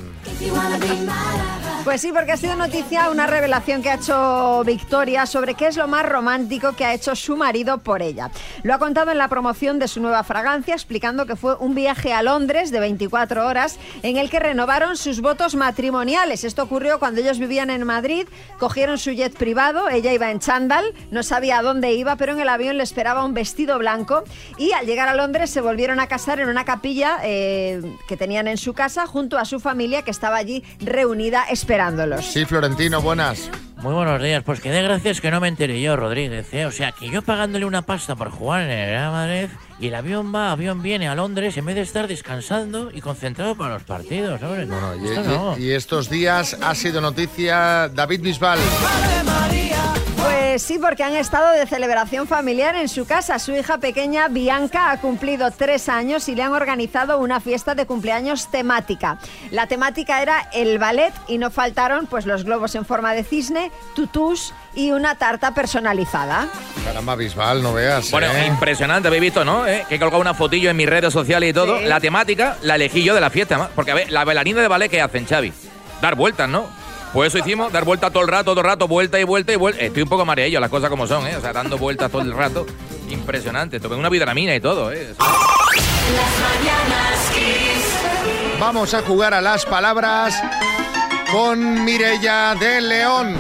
S5: Pues sí, porque ha sido noticia una revelación que ha hecho Victoria sobre qué es lo más romántico que ha hecho su marido por ella. Lo ha contado en la promoción de su nueva fragancia, explicando que fue un viaje a Londres de 24 horas en el que renovaron sus votos matrimoniales. Esto ocurrió cuando ellos vivían en Madrid, cogieron su jet privado, ella iba en chándal, no sabía a dónde iba, pero en el avión le esperaba un vestido blanco y al llegar a Londres se volvieron a casar en una capilla eh, que tenían en su casa junto a su familia que estaba allí reunida esperándolos.
S3: Sí, Florentino, buenas.
S23: Muy buenos días, pues que de gracias que no me enteré yo, Rodríguez, ¿eh? O sea, que yo pagándole una pasta por jugar en el Real Madrid y el avión va, avión viene a Londres en vez de estar descansando y concentrado para los partidos, hombre.
S3: Y,
S23: Esto no.
S3: y- y estos días ha sido noticia David Bisbal.
S5: Pues Pues sí, porque han estado de celebración familiar en su casa. Su hija pequeña, Bianca, ha cumplido tres años y le han organizado una fiesta de cumpleaños temática. La temática era el ballet y no faltaron pues los globos en forma de cisne, tutús y una tarta personalizada.
S3: Caramba, Bisbal, no veas.
S6: Bueno,
S3: ¿eh?
S6: impresionante, habéis visto, ¿no? ¿Eh? Que he colgado una fotillo en mis redes sociales y todo.
S5: Sí.
S6: La temática la elegí yo de la fiesta, ¿no? porque a ver, la bailarina de ballet que hacen, Xavi, dar vueltas, ¿no? Pues eso hicimos, dar vueltas todo el rato, todo el rato, vuelta y vuelta y vuelta. Estoy un poco mareillo, las cosas como son, ¿eh? O sea, dando vueltas todo el rato. Impresionante, tomé una vitamina y todo, ¿eh?
S1: Mañanas Kiss.
S3: Vamos a jugar a las palabras con Mirella de León.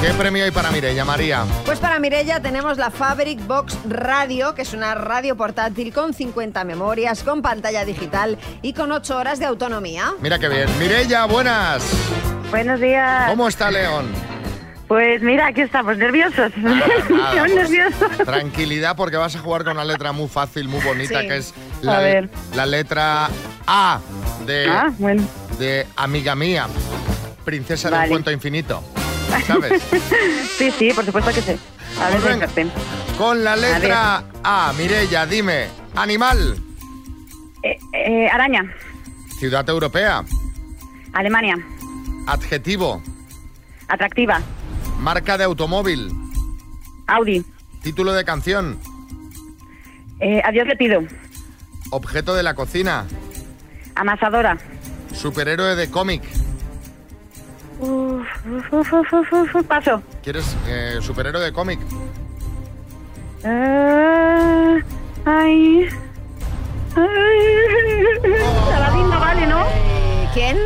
S3: ¿Qué premio hay para Mirella, María?
S5: Pues para Mirella tenemos la Fabric Box Radio, que es una radio portátil con 50 memorias, con pantalla digital y con 8 horas de autonomía.
S3: Mira qué bien. Mirella, buenas.
S24: Buenos días.
S3: ¿Cómo está León? Ah,
S24: Pues mira, aquí estamos, nerviosos.
S3: nada,
S24: Estamos
S3: pues,
S24: nerviosos.
S3: Tranquilidad porque vas a jugar con una letra muy fácil, muy bonita,
S24: Sí.
S3: que es
S24: A
S3: la,
S24: ver.
S3: la letra A de,
S24: Ah, bueno.
S3: de Amiga Mía, Princesa del Cuento Infinito. ¿Sabes?
S24: Sí, sí, por supuesto que sí. A ver, venga, ven.
S3: Con la letra A, Mirella, dime, animal,
S24: Eh, eh, araña,
S3: ciudad europea,
S24: Alemania,
S3: adjetivo,
S24: atractiva,
S3: marca de automóvil,
S24: Audi,
S3: título de canción,
S24: eh, adiós le pido,
S3: objeto de la cocina,
S24: amasadora.
S3: superhéroe de cómic.
S24: Uf, uf, uf, uf, uf, uf, paso.
S3: ¿Quieres eh, superhéroe de cómic?
S24: Eh, ay. ay. Saladín no vale, ¿no?
S5: Eh, ¿Quién?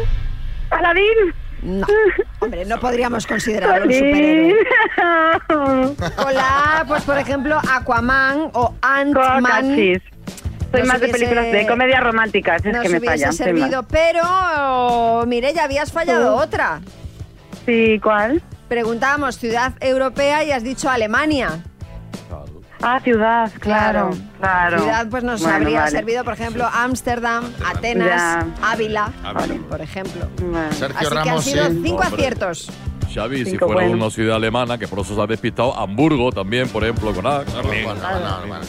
S24: Paladín.
S5: No. Hombre, no podríamos considerarlo un superhéroe. Con la A, pues por ejemplo, Aquaman o Ant-Man.
S24: Cachis. Soy
S5: Nos
S24: más de películas
S5: hubiese-
S24: de comedias románticas, es
S5: nos
S24: que me
S5: hubiese
S24: fallan. soy más.
S5: servido, pero Mireya, habías fallado
S24: Sí.
S5: otra.
S24: Sí, ¿cuál?
S5: Preguntábamos ciudad europea y has dicho Alemania.
S24: Ah, ciudad, claro, claro.
S5: Ciudad pues nos
S24: Bueno,
S5: habría
S24: vale.
S5: servido, por ejemplo, Ámsterdam, Atenas,
S24: Ya.
S5: Ávila, por ejemplo.
S22: Sergio
S5: Así
S22: Ramos,
S5: que han sido
S22: sí.
S5: cinco
S22: Hombre.
S5: aciertos.
S22: Xavi, si
S5: Cinco
S22: fuera
S5: buenos.
S22: una ciudad alemana, que por eso os habéis pintado Hamburgo también, por ejemplo, con A.
S3: Bueno, bueno, bueno.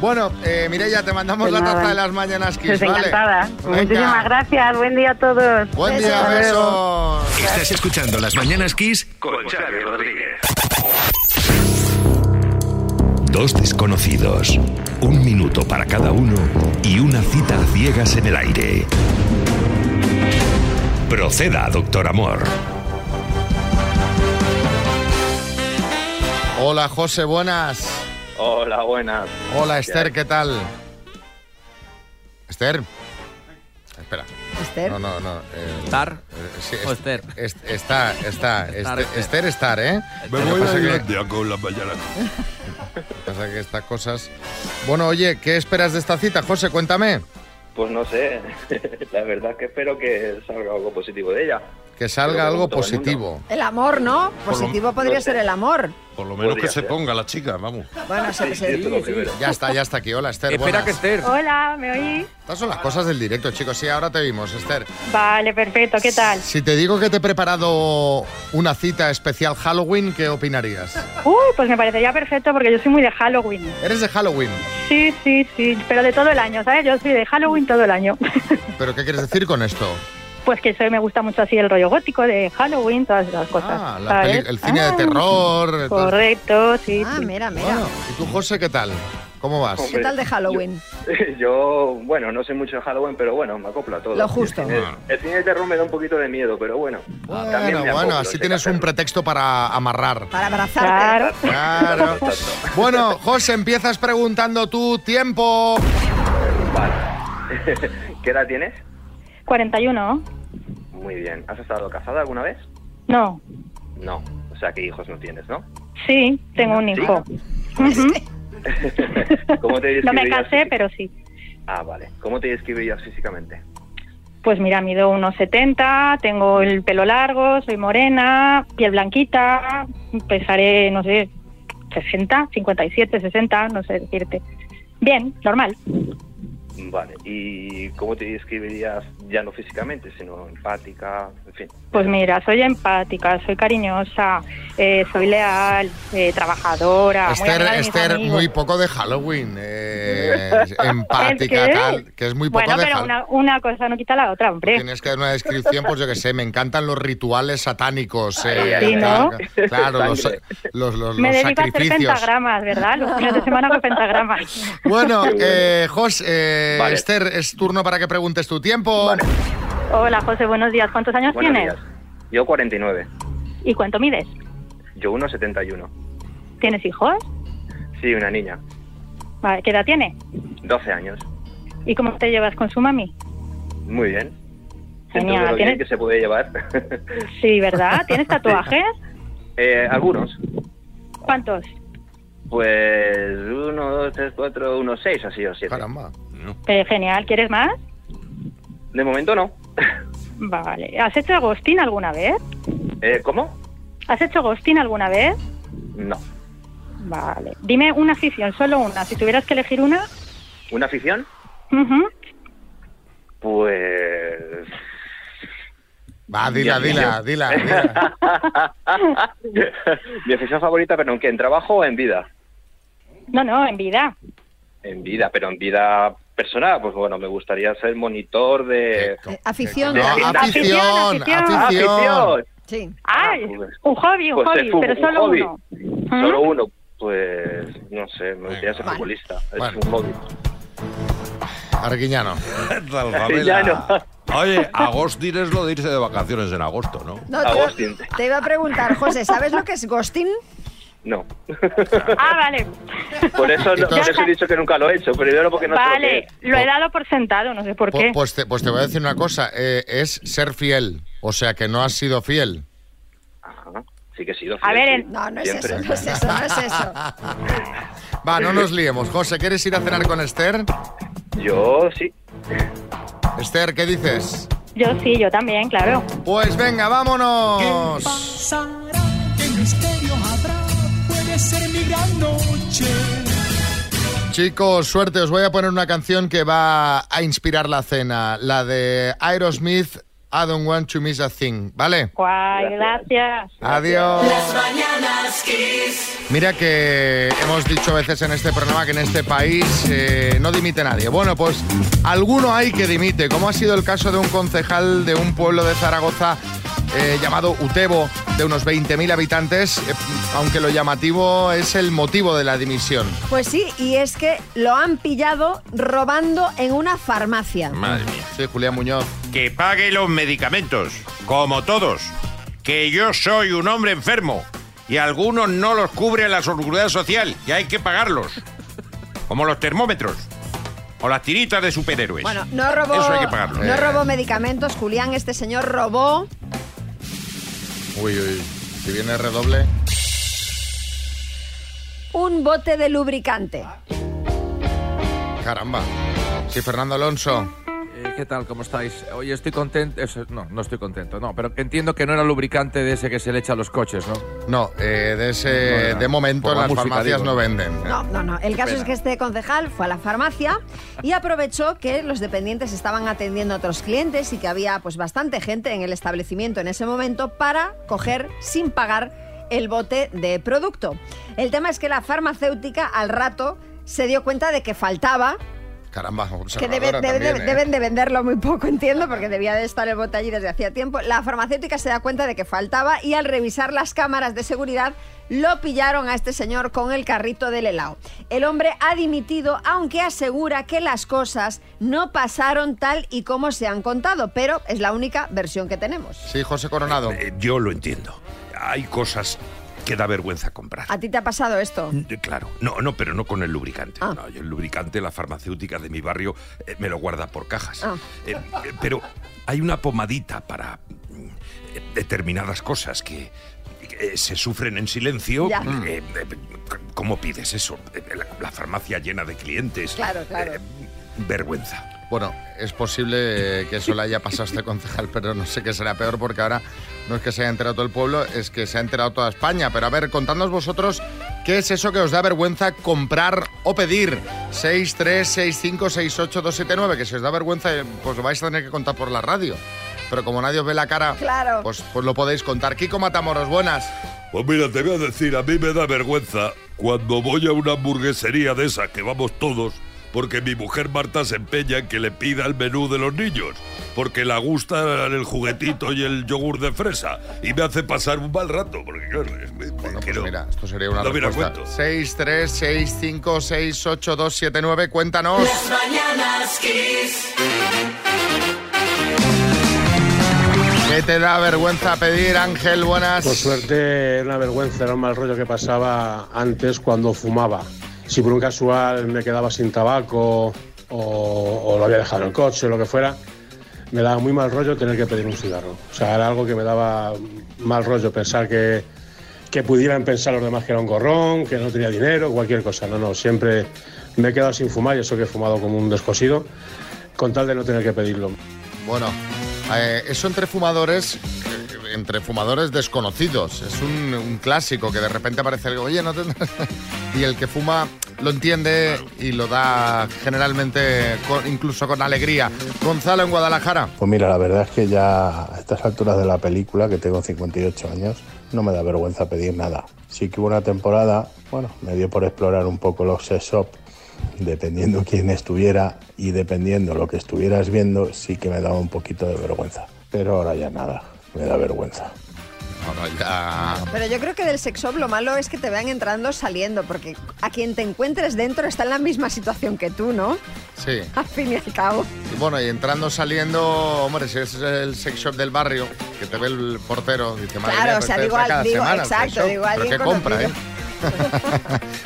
S3: Bueno, eh, Mireia, te mandamos la taza de las mañanas, Kiss,
S24: Pues
S3: ¿vale?
S24: encantada.
S3: Venga.
S24: Muchísimas gracias, buen día a todos.
S3: Buen día,
S24: Hasta luego.
S3: besos.
S21: Estás escuchando Las Mañanas Kiss
S15: Con Xavi Rodríguez.
S21: Dos desconocidos, un minuto para cada uno y una cita a ciegas en el aire. Proceda, doctor amor.
S3: Hola, José, buenas.
S9: Hola, buenas.
S3: Hola, Esther, ¿qué tal? Esther. Espera.
S5: ¿Esther?
S3: No, no, no. eh,
S6: ¿Estar?
S3: eh, sí,
S6: ¿O
S3: es-
S6: Esther?
S3: est- está, está.
S6: Estar,
S3: Este-
S6: Esther.
S3: Esther, estar, ¿eh?
S15: Me
S3: Lo que
S15: voy a
S3: pasa que-
S15: Islandia con las mañanas.
S3: Pasa que estas cosas... Bueno, oye, ¿qué esperas de esta cita, José? Cuéntame.
S9: Pues no sé, la verdad es que espero que salga algo positivo de ella.
S3: Que salga
S9: Pero como
S3: algo
S9: todo el mundo.
S3: positivo.
S5: El amor, ¿no? Positivo podría ser el amor.
S12: Por lo menos
S9: Podría
S12: que se
S9: ser.
S12: ponga la chica, vamos.
S5: Bueno, se se-
S3: Ya está, ya está aquí. Hola, Esther.
S22: Espera
S3: buenas.
S22: que Esther.
S24: Hola, ¿me oís?
S3: Estas son las cosas del directo, chicos. Sí, ahora te vimos, Esther.
S24: Vale, perfecto, ¿qué tal?
S3: Si te digo que te he preparado una cita especial Halloween, ¿qué opinarías?
S24: Uh, pues me parecería perfecto porque yo soy muy de Halloween.
S3: Eres de Halloween,
S24: Sí, sí, sí, pero de todo el año, ¿sabes? Yo soy de Halloween todo el año.
S3: pero ¿qué quieres decir con esto?
S24: Pues que soy, me gusta mucho así el rollo gótico de Halloween, todas esas cosas.
S3: Ah, la
S24: ¿sabes?
S3: peli- el cine de
S24: Ah,
S3: terror. todo.
S24: Correcto, sí.
S5: Ah,
S24: sí.
S5: mira, mira.
S3: ¿Y tú, José, qué tal? ¿Cómo vas?
S5: ¿Qué tal de Halloween?
S9: Yo, bueno, no sé mucho de Halloween, pero bueno, me acoplo a todo.
S5: Lo justo.
S9: El, cine- el cine de terror me da un poquito de miedo, pero bueno. también
S3: Bueno,
S9: me acoplo,
S3: bueno, así
S9: sé
S3: tienes un pretexto para amarrar.
S5: Para abrazarte.
S3: Claro.
S9: qué hacer.
S3: Bueno, José, empiezas preguntando tu tiempo.
S24: Ah,
S9: Vale. ¿Qué edad tienes?
S24: 41,
S9: Muy bien. ¿Has estado casada alguna vez?
S24: no.
S9: No. O sea, que hijos no tienes, ¿no?
S24: Sí, tengo un hijo. Ujú.
S9: ¿Cómo te
S24: No me
S9: describirías
S24: casé, pero sí.
S9: físic- Ah, vale. ¿Cómo te describirías físicamente?
S24: Pues mira, mido unos 70, tengo el pelo largo, soy morena, piel blanquita, pesaré, no sé, 60, 57, 60, no sé decirte. Bien, normal.
S9: Vale, ¿y cómo te describirías ya no físicamente, sino empática, en fin?
S24: Pues mira, soy empática, soy cariñosa, eh, soy leal, eh, trabajadora. muy
S3: Esther,
S24: amiga de mis
S3: Esther,
S24: amigos.
S3: muy poco de Halloween. eh, empática,
S24: ¿El qué?
S3: tal. Que es muy poco
S24: Bueno,
S3: de
S24: pero
S3: Halloween.
S24: una, una cosa no quita la otra, hombre.
S3: Tienes que dar una descripción, pues yo que sé, me encantan los rituales satánicos. eh,
S24: Sí, ¿no?
S3: tal, Claro, los,
S24: Sangre.
S3: los, los-
S24: Me
S3: los
S24: dedico a hacer
S3: sacrificios.
S24: pentagramas, ¿verdad? Los fines de semana con pentagramas.
S3: Bueno, eh, Jos, eh, Esther, es turno para que preguntes tu tiempo.
S24: Hola, José, buenos días. ¿Cuántos años
S9: Buenos
S24: tienes?
S9: días. Yo 49,
S24: ¿Y cuánto mides?
S9: yo 1,71.
S24: ¿Tienes hijos?
S9: Sí, una niña,
S24: Vale, ¿Qué edad tiene?
S9: 12 años.
S24: ¿Y cómo te llevas con su mami?
S9: Muy bien. Dentro de
S24: Genial.
S9: lo bien
S24: ¿Tienes...
S9: que se puede llevar.
S24: Sí, ¿verdad? ¿Tienes tatuajes?
S9: Eh, algunos,
S24: ¿Cuántos?
S9: pues uno, dos, tres, cuatro, unos seis, así o siete. Caramba.
S24: Eh, genial. ¿Quieres más?
S9: De momento no.
S24: Vale. ¿Has hecho Agostín alguna vez?
S9: Eh, ¿Cómo?
S24: ¿Has hecho Agostín alguna vez?
S9: No.
S24: Vale. Dime una afición, solo una. Si tuvieras que elegir una.
S9: ¿Una afición?
S24: ujú.
S9: Pues...
S3: Va, dila,
S9: Dios
S3: dila,
S9: mío.
S3: dila, dila.
S9: Mi afición favorita, pero ¿en qué? ¿En trabajo o en vida?
S24: No, no, en vida.
S9: En vida, pero en vida personal, pues bueno, me gustaría ser monitor de...
S5: Afición.
S9: No,
S5: afición,
S9: afición,
S5: afición.
S9: afición. Afición. Ah,
S5: Sí.
S24: ¡Ay! Un hobby, un
S9: Pues
S24: hobby,
S9: es un-
S24: pero
S9: un
S24: solo
S9: hobby.
S24: uno. ¿Mm?
S9: Solo uno, pues no sé, me gustaría ser futbolista, es un hobby.
S3: Arguiñano.
S12: Tal, Fabela. Oye, Agostín es lo de irse de vacaciones en agosto, ¿no?
S5: No, te, iba, te iba a preguntar, José, ¿sabes lo que es ghosting?
S9: No.
S24: Ah, vale.
S9: Por eso, no- por
S24: Ya
S9: eso he dicho que nunca lo he hecho, pero yo no porque no sé lo que
S24: Vale,
S9: es.
S24: lo he dado por sentado, no sé por
S3: Pues,
S24: qué.
S3: pues te, pues te voy a decir una cosa, eh, es ser fiel, o sea que no has sido fiel.
S9: Ajá, Sí que he sido
S24: A
S9: fiel,
S24: ver,
S9: sí,
S24: en- no, no es
S9: siempre.
S24: eso, no es eso, no es eso.
S3: Va, no nos liemos. José, ¿quieres ir a cenar con Esther?
S9: Yo sí.
S3: Esther, ¿qué dices?
S24: Yo sí, yo también, claro.
S3: Pues venga, vámonos.
S1: pasará? ¿Qué misterio habrá? Puede ser mi gran noche.
S3: Chicos, suerte, os voy a poner una canción que va a inspirar la cena, la de Aerosmith, I Don't Want to Miss a Thing, ¿vale?
S24: Guay, gracias.
S3: Adiós.
S1: Las mañanas kiss.
S3: Mira que hemos dicho veces en este programa que en este país eh, no dimite nadie. Bueno, pues alguno hay que dimite, como ha sido el caso de un concejal de un pueblo de Zaragoza eh, llamado Utebo, de unos 20.000 habitantes, eh, aunque lo llamativo es el motivo de la dimisión.
S5: Pues sí, y es que lo han pillado robando en una farmacia.
S17: Madre mía.
S3: Sí, Julián Muñoz.
S17: Que pague los medicamentos, como todos. Que yo soy un hombre enfermo y algunos no los cubre la seguridad social y hay que pagarlos. Como los termómetros o las tiritas de superhéroes.
S5: Bueno, no robó,
S17: Eso hay que pagarlo. Eh.
S5: no robó medicamentos, Julián, este señor robó
S3: Uy, uy, si viene redoble.
S5: un bote de lubricante.
S3: Caramba. Sí, Fernando Alonso.
S22: Eh, ¿Qué tal? ¿Cómo estáis? Oye, estoy contento. eso- No, no estoy contento, no, pero entiendo que no era lubricante de ese que se le echa a los coches, ¿no?
S3: No, eh, de ese,
S22: No, no, no.
S3: de momento
S22: Por la
S3: las
S22: música,
S3: farmacias
S22: digo.
S3: no venden.
S5: No, no, no. El caso
S3: Pena.
S5: es que este concejal fue a la farmacia y aprovechó que los dependientes estaban atendiendo a otros clientes y que había pues bastante gente en el establecimiento en ese momento para coger sin pagar el bote de producto. El tema es que la farmacéutica al rato se dio cuenta de que faltaba
S3: Caramba,
S5: que debe-
S3: observadora
S5: debe-
S3: también,
S5: debe-
S3: ¿eh?
S5: deben de venderlo muy poco, entiendo, porque debía de estar el bote allí desde hacía tiempo. La farmacéutica se da cuenta de que faltaba y al revisar las cámaras de seguridad lo pillaron a este señor con el carrito del helado. El hombre ha dimitido, aunque asegura que las cosas no pasaron tal y como se han contado, pero es la única versión que tenemos.
S3: Sí, José Coronado.
S17: Eh, yo lo entiendo. Hay cosas que da vergüenza comprar.
S5: ¿A ti te ha pasado esto?
S17: Eh, Claro, no, no, pero no con el lubricante.
S5: Ah.
S17: No, yo el lubricante, la farmacéutica de mi barrio eh, me lo guarda por cajas.
S5: Ah.
S17: Eh, eh, pero hay una pomadita para mm, eh, determinadas cosas que eh, se sufren en silencio.
S5: Ya.
S17: Eh, eh, c- ¿Cómo pides eso? Eh, La, la farmacia llena de clientes.
S5: Claro, claro.
S17: Vergüenza.
S3: Bueno, es posible eh, que eso le haya pasado a este concejal, pero no sé qué será peor porque ahora no es que se haya enterado todo el pueblo, es que se ha enterado toda España. Pero a ver, contadnos vosotros ¿Qué es eso que os da vergüenza comprar o pedir? 636568279, que si os da vergüenza, eh, pues lo vais a tener que contar por la radio. Pero como nadie os ve la cara,
S5: Claro.
S3: pues, pues lo podéis contar. Kiko Matamoros, buenas.
S15: Pues mira, te voy a decir, a mí me da vergüenza cuando voy a una hamburguesería de esas que vamos todos, porque mi mujer Marta se empeña en que le pida el menú de los niños, porque la gusta el juguetito y el yogur de fresa, y me hace pasar un mal rato, porque claro, es- me- me quiero-
S3: pues Mira, esto sería una
S15: no me la
S3: respuesta.
S15: cuento.
S3: 636568279, cuéntanos.
S1: mañanas Kiss.
S3: ¿Qué te da vergüenza pedir, Ángel? Buenas.
S8: Por suerte, era una vergüenza, era un mal rollo que pasaba antes cuando fumaba. Si por un casual me quedaba sin tabaco o, o lo había dejado en el coche o lo que fuera, me daba muy mal rollo tener que pedir un cigarro. O sea, era algo que me daba mal rollo pensar que, que pudieran pensar los demás que era un gorrón, que no tenía dinero, cualquier cosa. No, no, siempre me he quedado sin fumar y eso que he fumado como un descosido, con tal de no tener que pedirlo.
S3: Bueno, eh, eso entre fumadores, eh, entre fumadores desconocidos. Es un, un clásico que de repente aparece algo, oye, no tendrás-". Y el que fuma lo entiende y lo da generalmente con- incluso con alegría. Gonzalo en Guadalajara.
S10: Pues mira, la verdad es que ya a estas alturas de la película, que tengo 58 años, no me da vergüenza pedir nada. Sí que hubo una temporada, bueno, me dio por explorar un poco los sex shop, dependiendo quién estuviera y dependiendo lo que estuvieras viendo, sí que me daba un poquito de vergüenza. Pero ahora ya nada, me da vergüenza.
S3: Ahora ya...
S5: Pero yo creo que del sexo lo malo es que te vean entrando saliendo, porque a quien te encuentres dentro está en la misma situación que tú, ¿no?
S3: Sí.
S5: Al fin y al cabo.
S3: Y bueno, y entrando, saliendo, hombre, si es el sex shop del barrio, que te ve el portero, dice, madre
S5: Claro,
S3: mía,
S5: o
S3: pero
S5: sea,
S3: este
S5: digo,
S3: entra cada
S5: digo,
S3: semana al sex
S5: exacto,
S3: shop".
S5: digo,
S3: Pero
S5: alguien
S3: qué compra, ¿eh?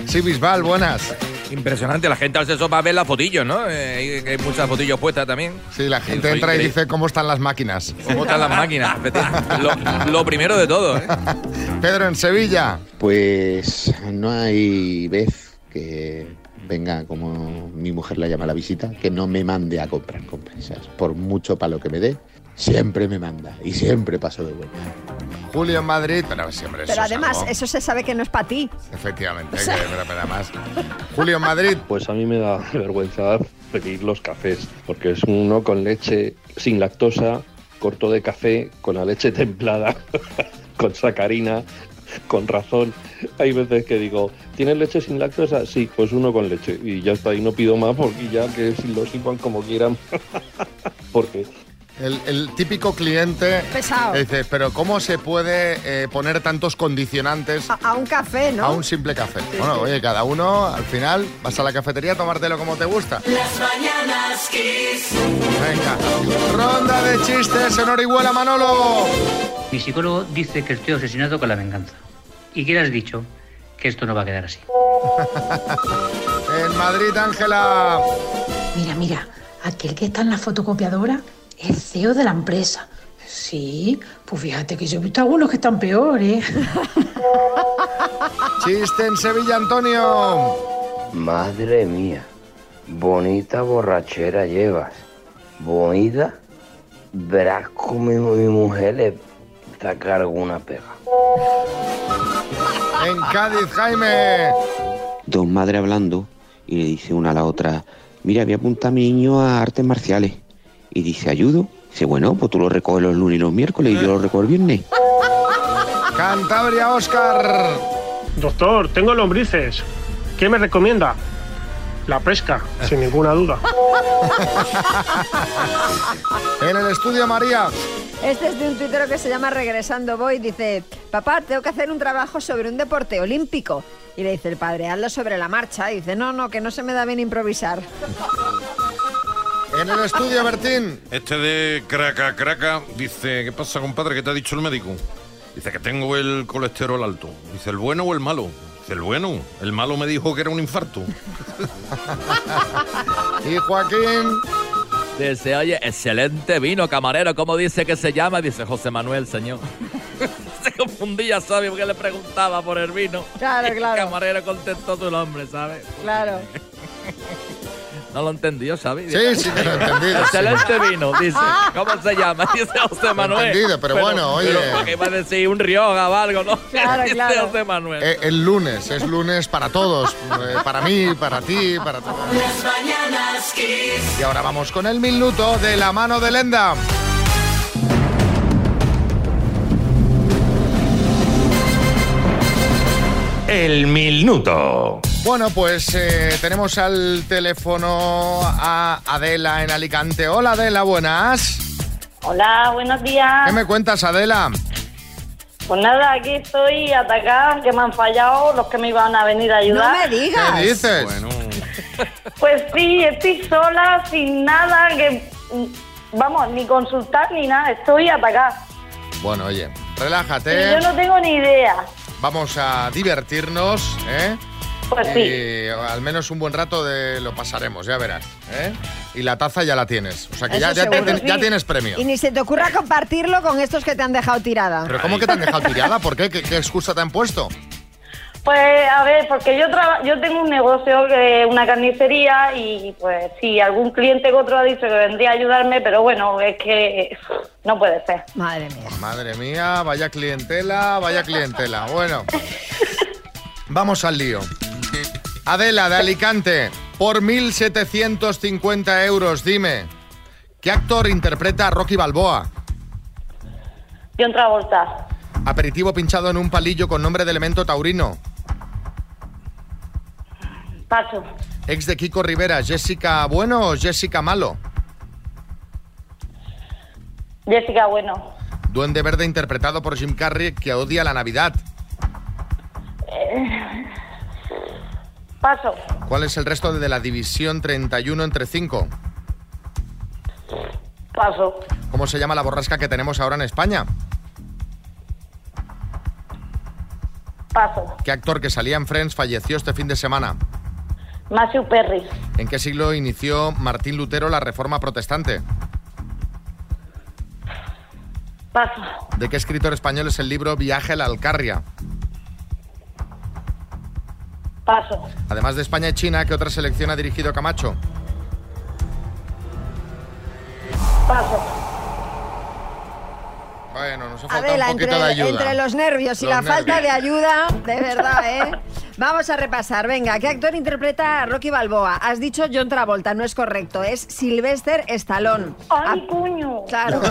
S3: sí, Bisbal, buenas.
S6: Impresionante, la gente al sexo va a ver las fotillos, ¿no? Eh, hay, hay muchas fotillos puestas también.
S3: Sí, la Gente entra y dice, ¿cómo están las máquinas?
S6: ¿Cómo están las máquinas? Lo, lo primero de todo, ¿eh?
S3: Pedro, en Sevilla.
S25: Pues no hay vez que venga, como mi mujer la llama la visita, que no me mande a comprar compensas. Por mucho palo que me dé, siempre me manda y siempre paso de vuelta.
S3: Julio en Madrid, pero siempre
S5: Pero además, eso se sabe que no es para ti.
S3: Efectivamente,
S5: O sea-
S3: que- pero, pero más. Julio en Madrid.
S26: Pues a mí me da vergüenza pedir los cafés, porque es uno con leche sin lactosa, corto de café, con la leche templada, con sacarina, con razón. Hay veces que digo, ¿tienes leche sin lactosa? Sí, pues uno con leche. Y ya está, y no pido más porque ya que si lo sirvan como quieran. porque
S3: El, el típico cliente.
S5: Pesado.
S3: que Dice, pero ¿cómo se puede eh, poner tantos condicionantes
S5: A, a un café, ¿no?
S3: a un simple café? Bueno, oye, cada uno al final vas a la cafetería a tomártelo como te gusta.
S1: Las mañanas Kiss.
S3: Venga, ronda de chistes en Orihuela, Manolo.
S27: Mi psicólogo dice que estoy obsesionado con la venganza. ¿Y qué le has dicho? Que esto no va a quedar así.
S3: En Madrid, Ángela.
S28: Mira, mira, aquel que está en la fotocopiadora es el CEO de la empresa. Sí, pues fíjate que yo he visto algunos que están peores.
S3: Chiste en Sevilla, Antonio.
S29: Madre mía, bonita borrachera llevas. Bonita, verás como mi, mi mujer le saca alguna pega.
S3: En Cádiz, Jaime.
S18: Dos madres hablando y le dice una a la otra, mira, voy a apuntar a mi niño a artes marciales. Y dice, ayudo. Dice, bueno, pues tú lo recoges los lunes y los miércoles y yo lo recojo el viernes.
S3: Cantabria, Oscar.
S30: Doctor, tengo lombrices. ¿Qué me recomienda? La pesca, sin ninguna duda.
S3: En el estudio, María.
S5: Este es de un tuitero que se llama Regresando Voy. Dice, papá, tengo que hacer un trabajo sobre un deporte olímpico. Y le dice el padre, hazlo sobre la marcha. Y dice, no, no, que no se me da bien improvisar.
S3: En el estudio, Bertín.
S12: Este de Craca Craca dice, ¿qué pasa, compadre? ¿Qué te ha dicho el médico? Dice que tengo el colesterol alto. Dice, ¿el bueno o el malo? Dice, el bueno. El malo me dijo que era un infarto.
S3: y Joaquín.
S6: Dice, oye, excelente vino, camarero. ¿Cómo dice que se llama? Dice José Manuel, señor. se confundía, ¿sabes? Porque le preguntaba por el vino.
S5: Claro,
S6: El
S5: claro.
S6: camarero contestó tu nombre, ¿sabes?
S5: Claro.
S6: No lo entendió, ¿sabes?
S3: Sí, sí que lo he entendido, sí.
S6: Excelente vino, dice. ¿Cómo se llama? Dice José Manuel.
S3: entendido, pero bueno, oye.
S6: Pero, ¿para qué iba a decir un Rioja o algo, ¿no?
S3: Claro,
S6: dice
S3: claro.
S6: José Manuel.
S3: Eh, el lunes, es lunes para todos, eh, para mí, para ti, para todos.
S1: Las mañanas Kiss.
S3: Y ahora vamos con el minuto de la mano de Lenda.
S17: El minuto.
S3: Bueno, pues eh, tenemos al teléfono a Adela en Alicante. Hola Adela, buenas.
S28: Hola, buenos
S3: ¿Qué
S28: días.
S3: me cuentas Adela?
S28: Pues nada, aquí estoy atacada, que me han fallado los que me iban a venir a ayudar.
S3: ¿Qué dices?
S28: Pues sí, estoy sola, sin nada, que mm, vamos, ni consultar ni nada, estoy atacada.
S3: Bueno, oye,
S28: Y yo
S3: relájate.
S28: no tengo ni idea.
S3: Vamos a divertirnos, ¿eh?
S28: Pues sí.
S3: Y al menos un buen rato de lo pasaremos, ya verás. ¿eh? Y la taza ya la tienes. O sea que ya,
S5: Eso
S3: ya te-
S5: seguro.
S3: te- ya tienes premio.
S5: Y ni se te ocurra compartirlo con estos que te han dejado tirada.
S3: ¿Pero cómo que te han dejado tirada? ¿Por qué? ¿Qué, qué excusa te han puesto?
S28: Pues a ver, porque yo traba- yo tengo un negocio, que una carnicería, y pues sí, algún cliente que otro ha dicho que vendría a ayudarme, pero bueno, es que no puede ser.
S5: Madre mía.
S3: Madre mía, vaya clientela, vaya clientela. Bueno, vamos al lío. Adela de Alicante, por 1.750 euros, dime, ¿qué actor interpreta a Rocky Balboa?
S28: John Travolta,
S3: Aperitivo pinchado en un palillo con nombre de elemento taurino.
S28: paso,
S3: Ex de Kiko Rivera, Jessica Bueno o Jessica Malo.
S28: Jessica Bueno,
S3: Duende verde interpretado por Jim Carrey que odia la Navidad.
S28: eh, paso,
S3: ¿Cuál es el resto de la división 31 entre 5?
S28: paso,
S3: ¿Cómo se llama la borrasca que tenemos ahora en España?
S28: paso,
S3: ¿Qué actor que salía en Friends falleció este fin de semana?
S28: Matthew Perry,
S3: ¿En qué siglo inició Martín Lutero la reforma protestante?
S28: paso,
S3: ¿De qué escritor español es el libro Viaje a la Alcarria?
S28: paso,
S3: Además de España y China, ¿qué otra selección ha dirigido Camacho?
S28: paso.
S3: Bueno, nos ha faltado
S5: Adela,
S3: un poquito
S5: entre,
S3: de ayuda.
S5: entre los nervios y
S3: Los
S5: la falta de
S3: nervios.
S5: ayuda, de verdad, ¿eh? Vamos a repasar. Venga, ¿qué actor interpreta a Rocky Balboa? Has dicho John Travolta, no es correcto. Es Sylvester Stallone. Ah,
S28: ¡Ay, cuño!
S5: Claro.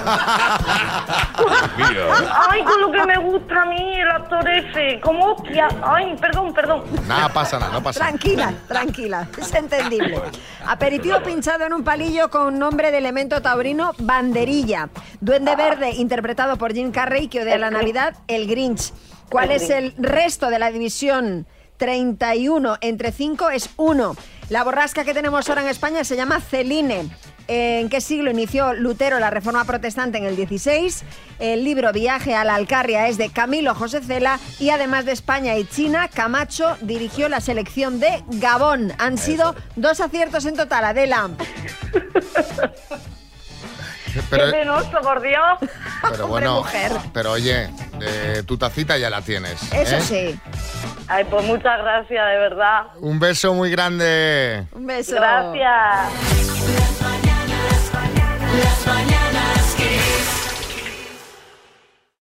S28: Ay, con lo que me gusta a mí, el actor ese. ¿Cómo? hostia? Ay, perdón, perdón.
S3: Nada pasa, nada no pasa. nada.
S5: Tranquila, tranquila, es entendible. Aperitivo pinchado en un palillo con nombre de elemento taurino, banderilla. Duende verde, interpretado por Jim Carrey, que odia la Navidad, el Grinch. ¿Cuál es el resto de la división 31 entre 5? Es 1. La borrasca que tenemos ahora en España se llama Celine. ¿En qué siglo inició Lutero la reforma protestante? En el 16. El libro Viaje a la Alcarria es de Camilo José Cela. Y además de España y China, Camacho dirigió la selección de Gabón. Han sido dos aciertos en total, Adela.
S3: Pero,
S28: ¡Qué penoso, por Dios!
S3: pero bueno,
S28: mujer.
S3: pero oye, eh, tu tacita ya la tienes. ¿eh?
S5: sí.
S28: Ay, pues muchas gracias, de verdad.
S3: Un beso muy grande.
S5: Un beso.
S28: Gracias.
S1: Las mañanas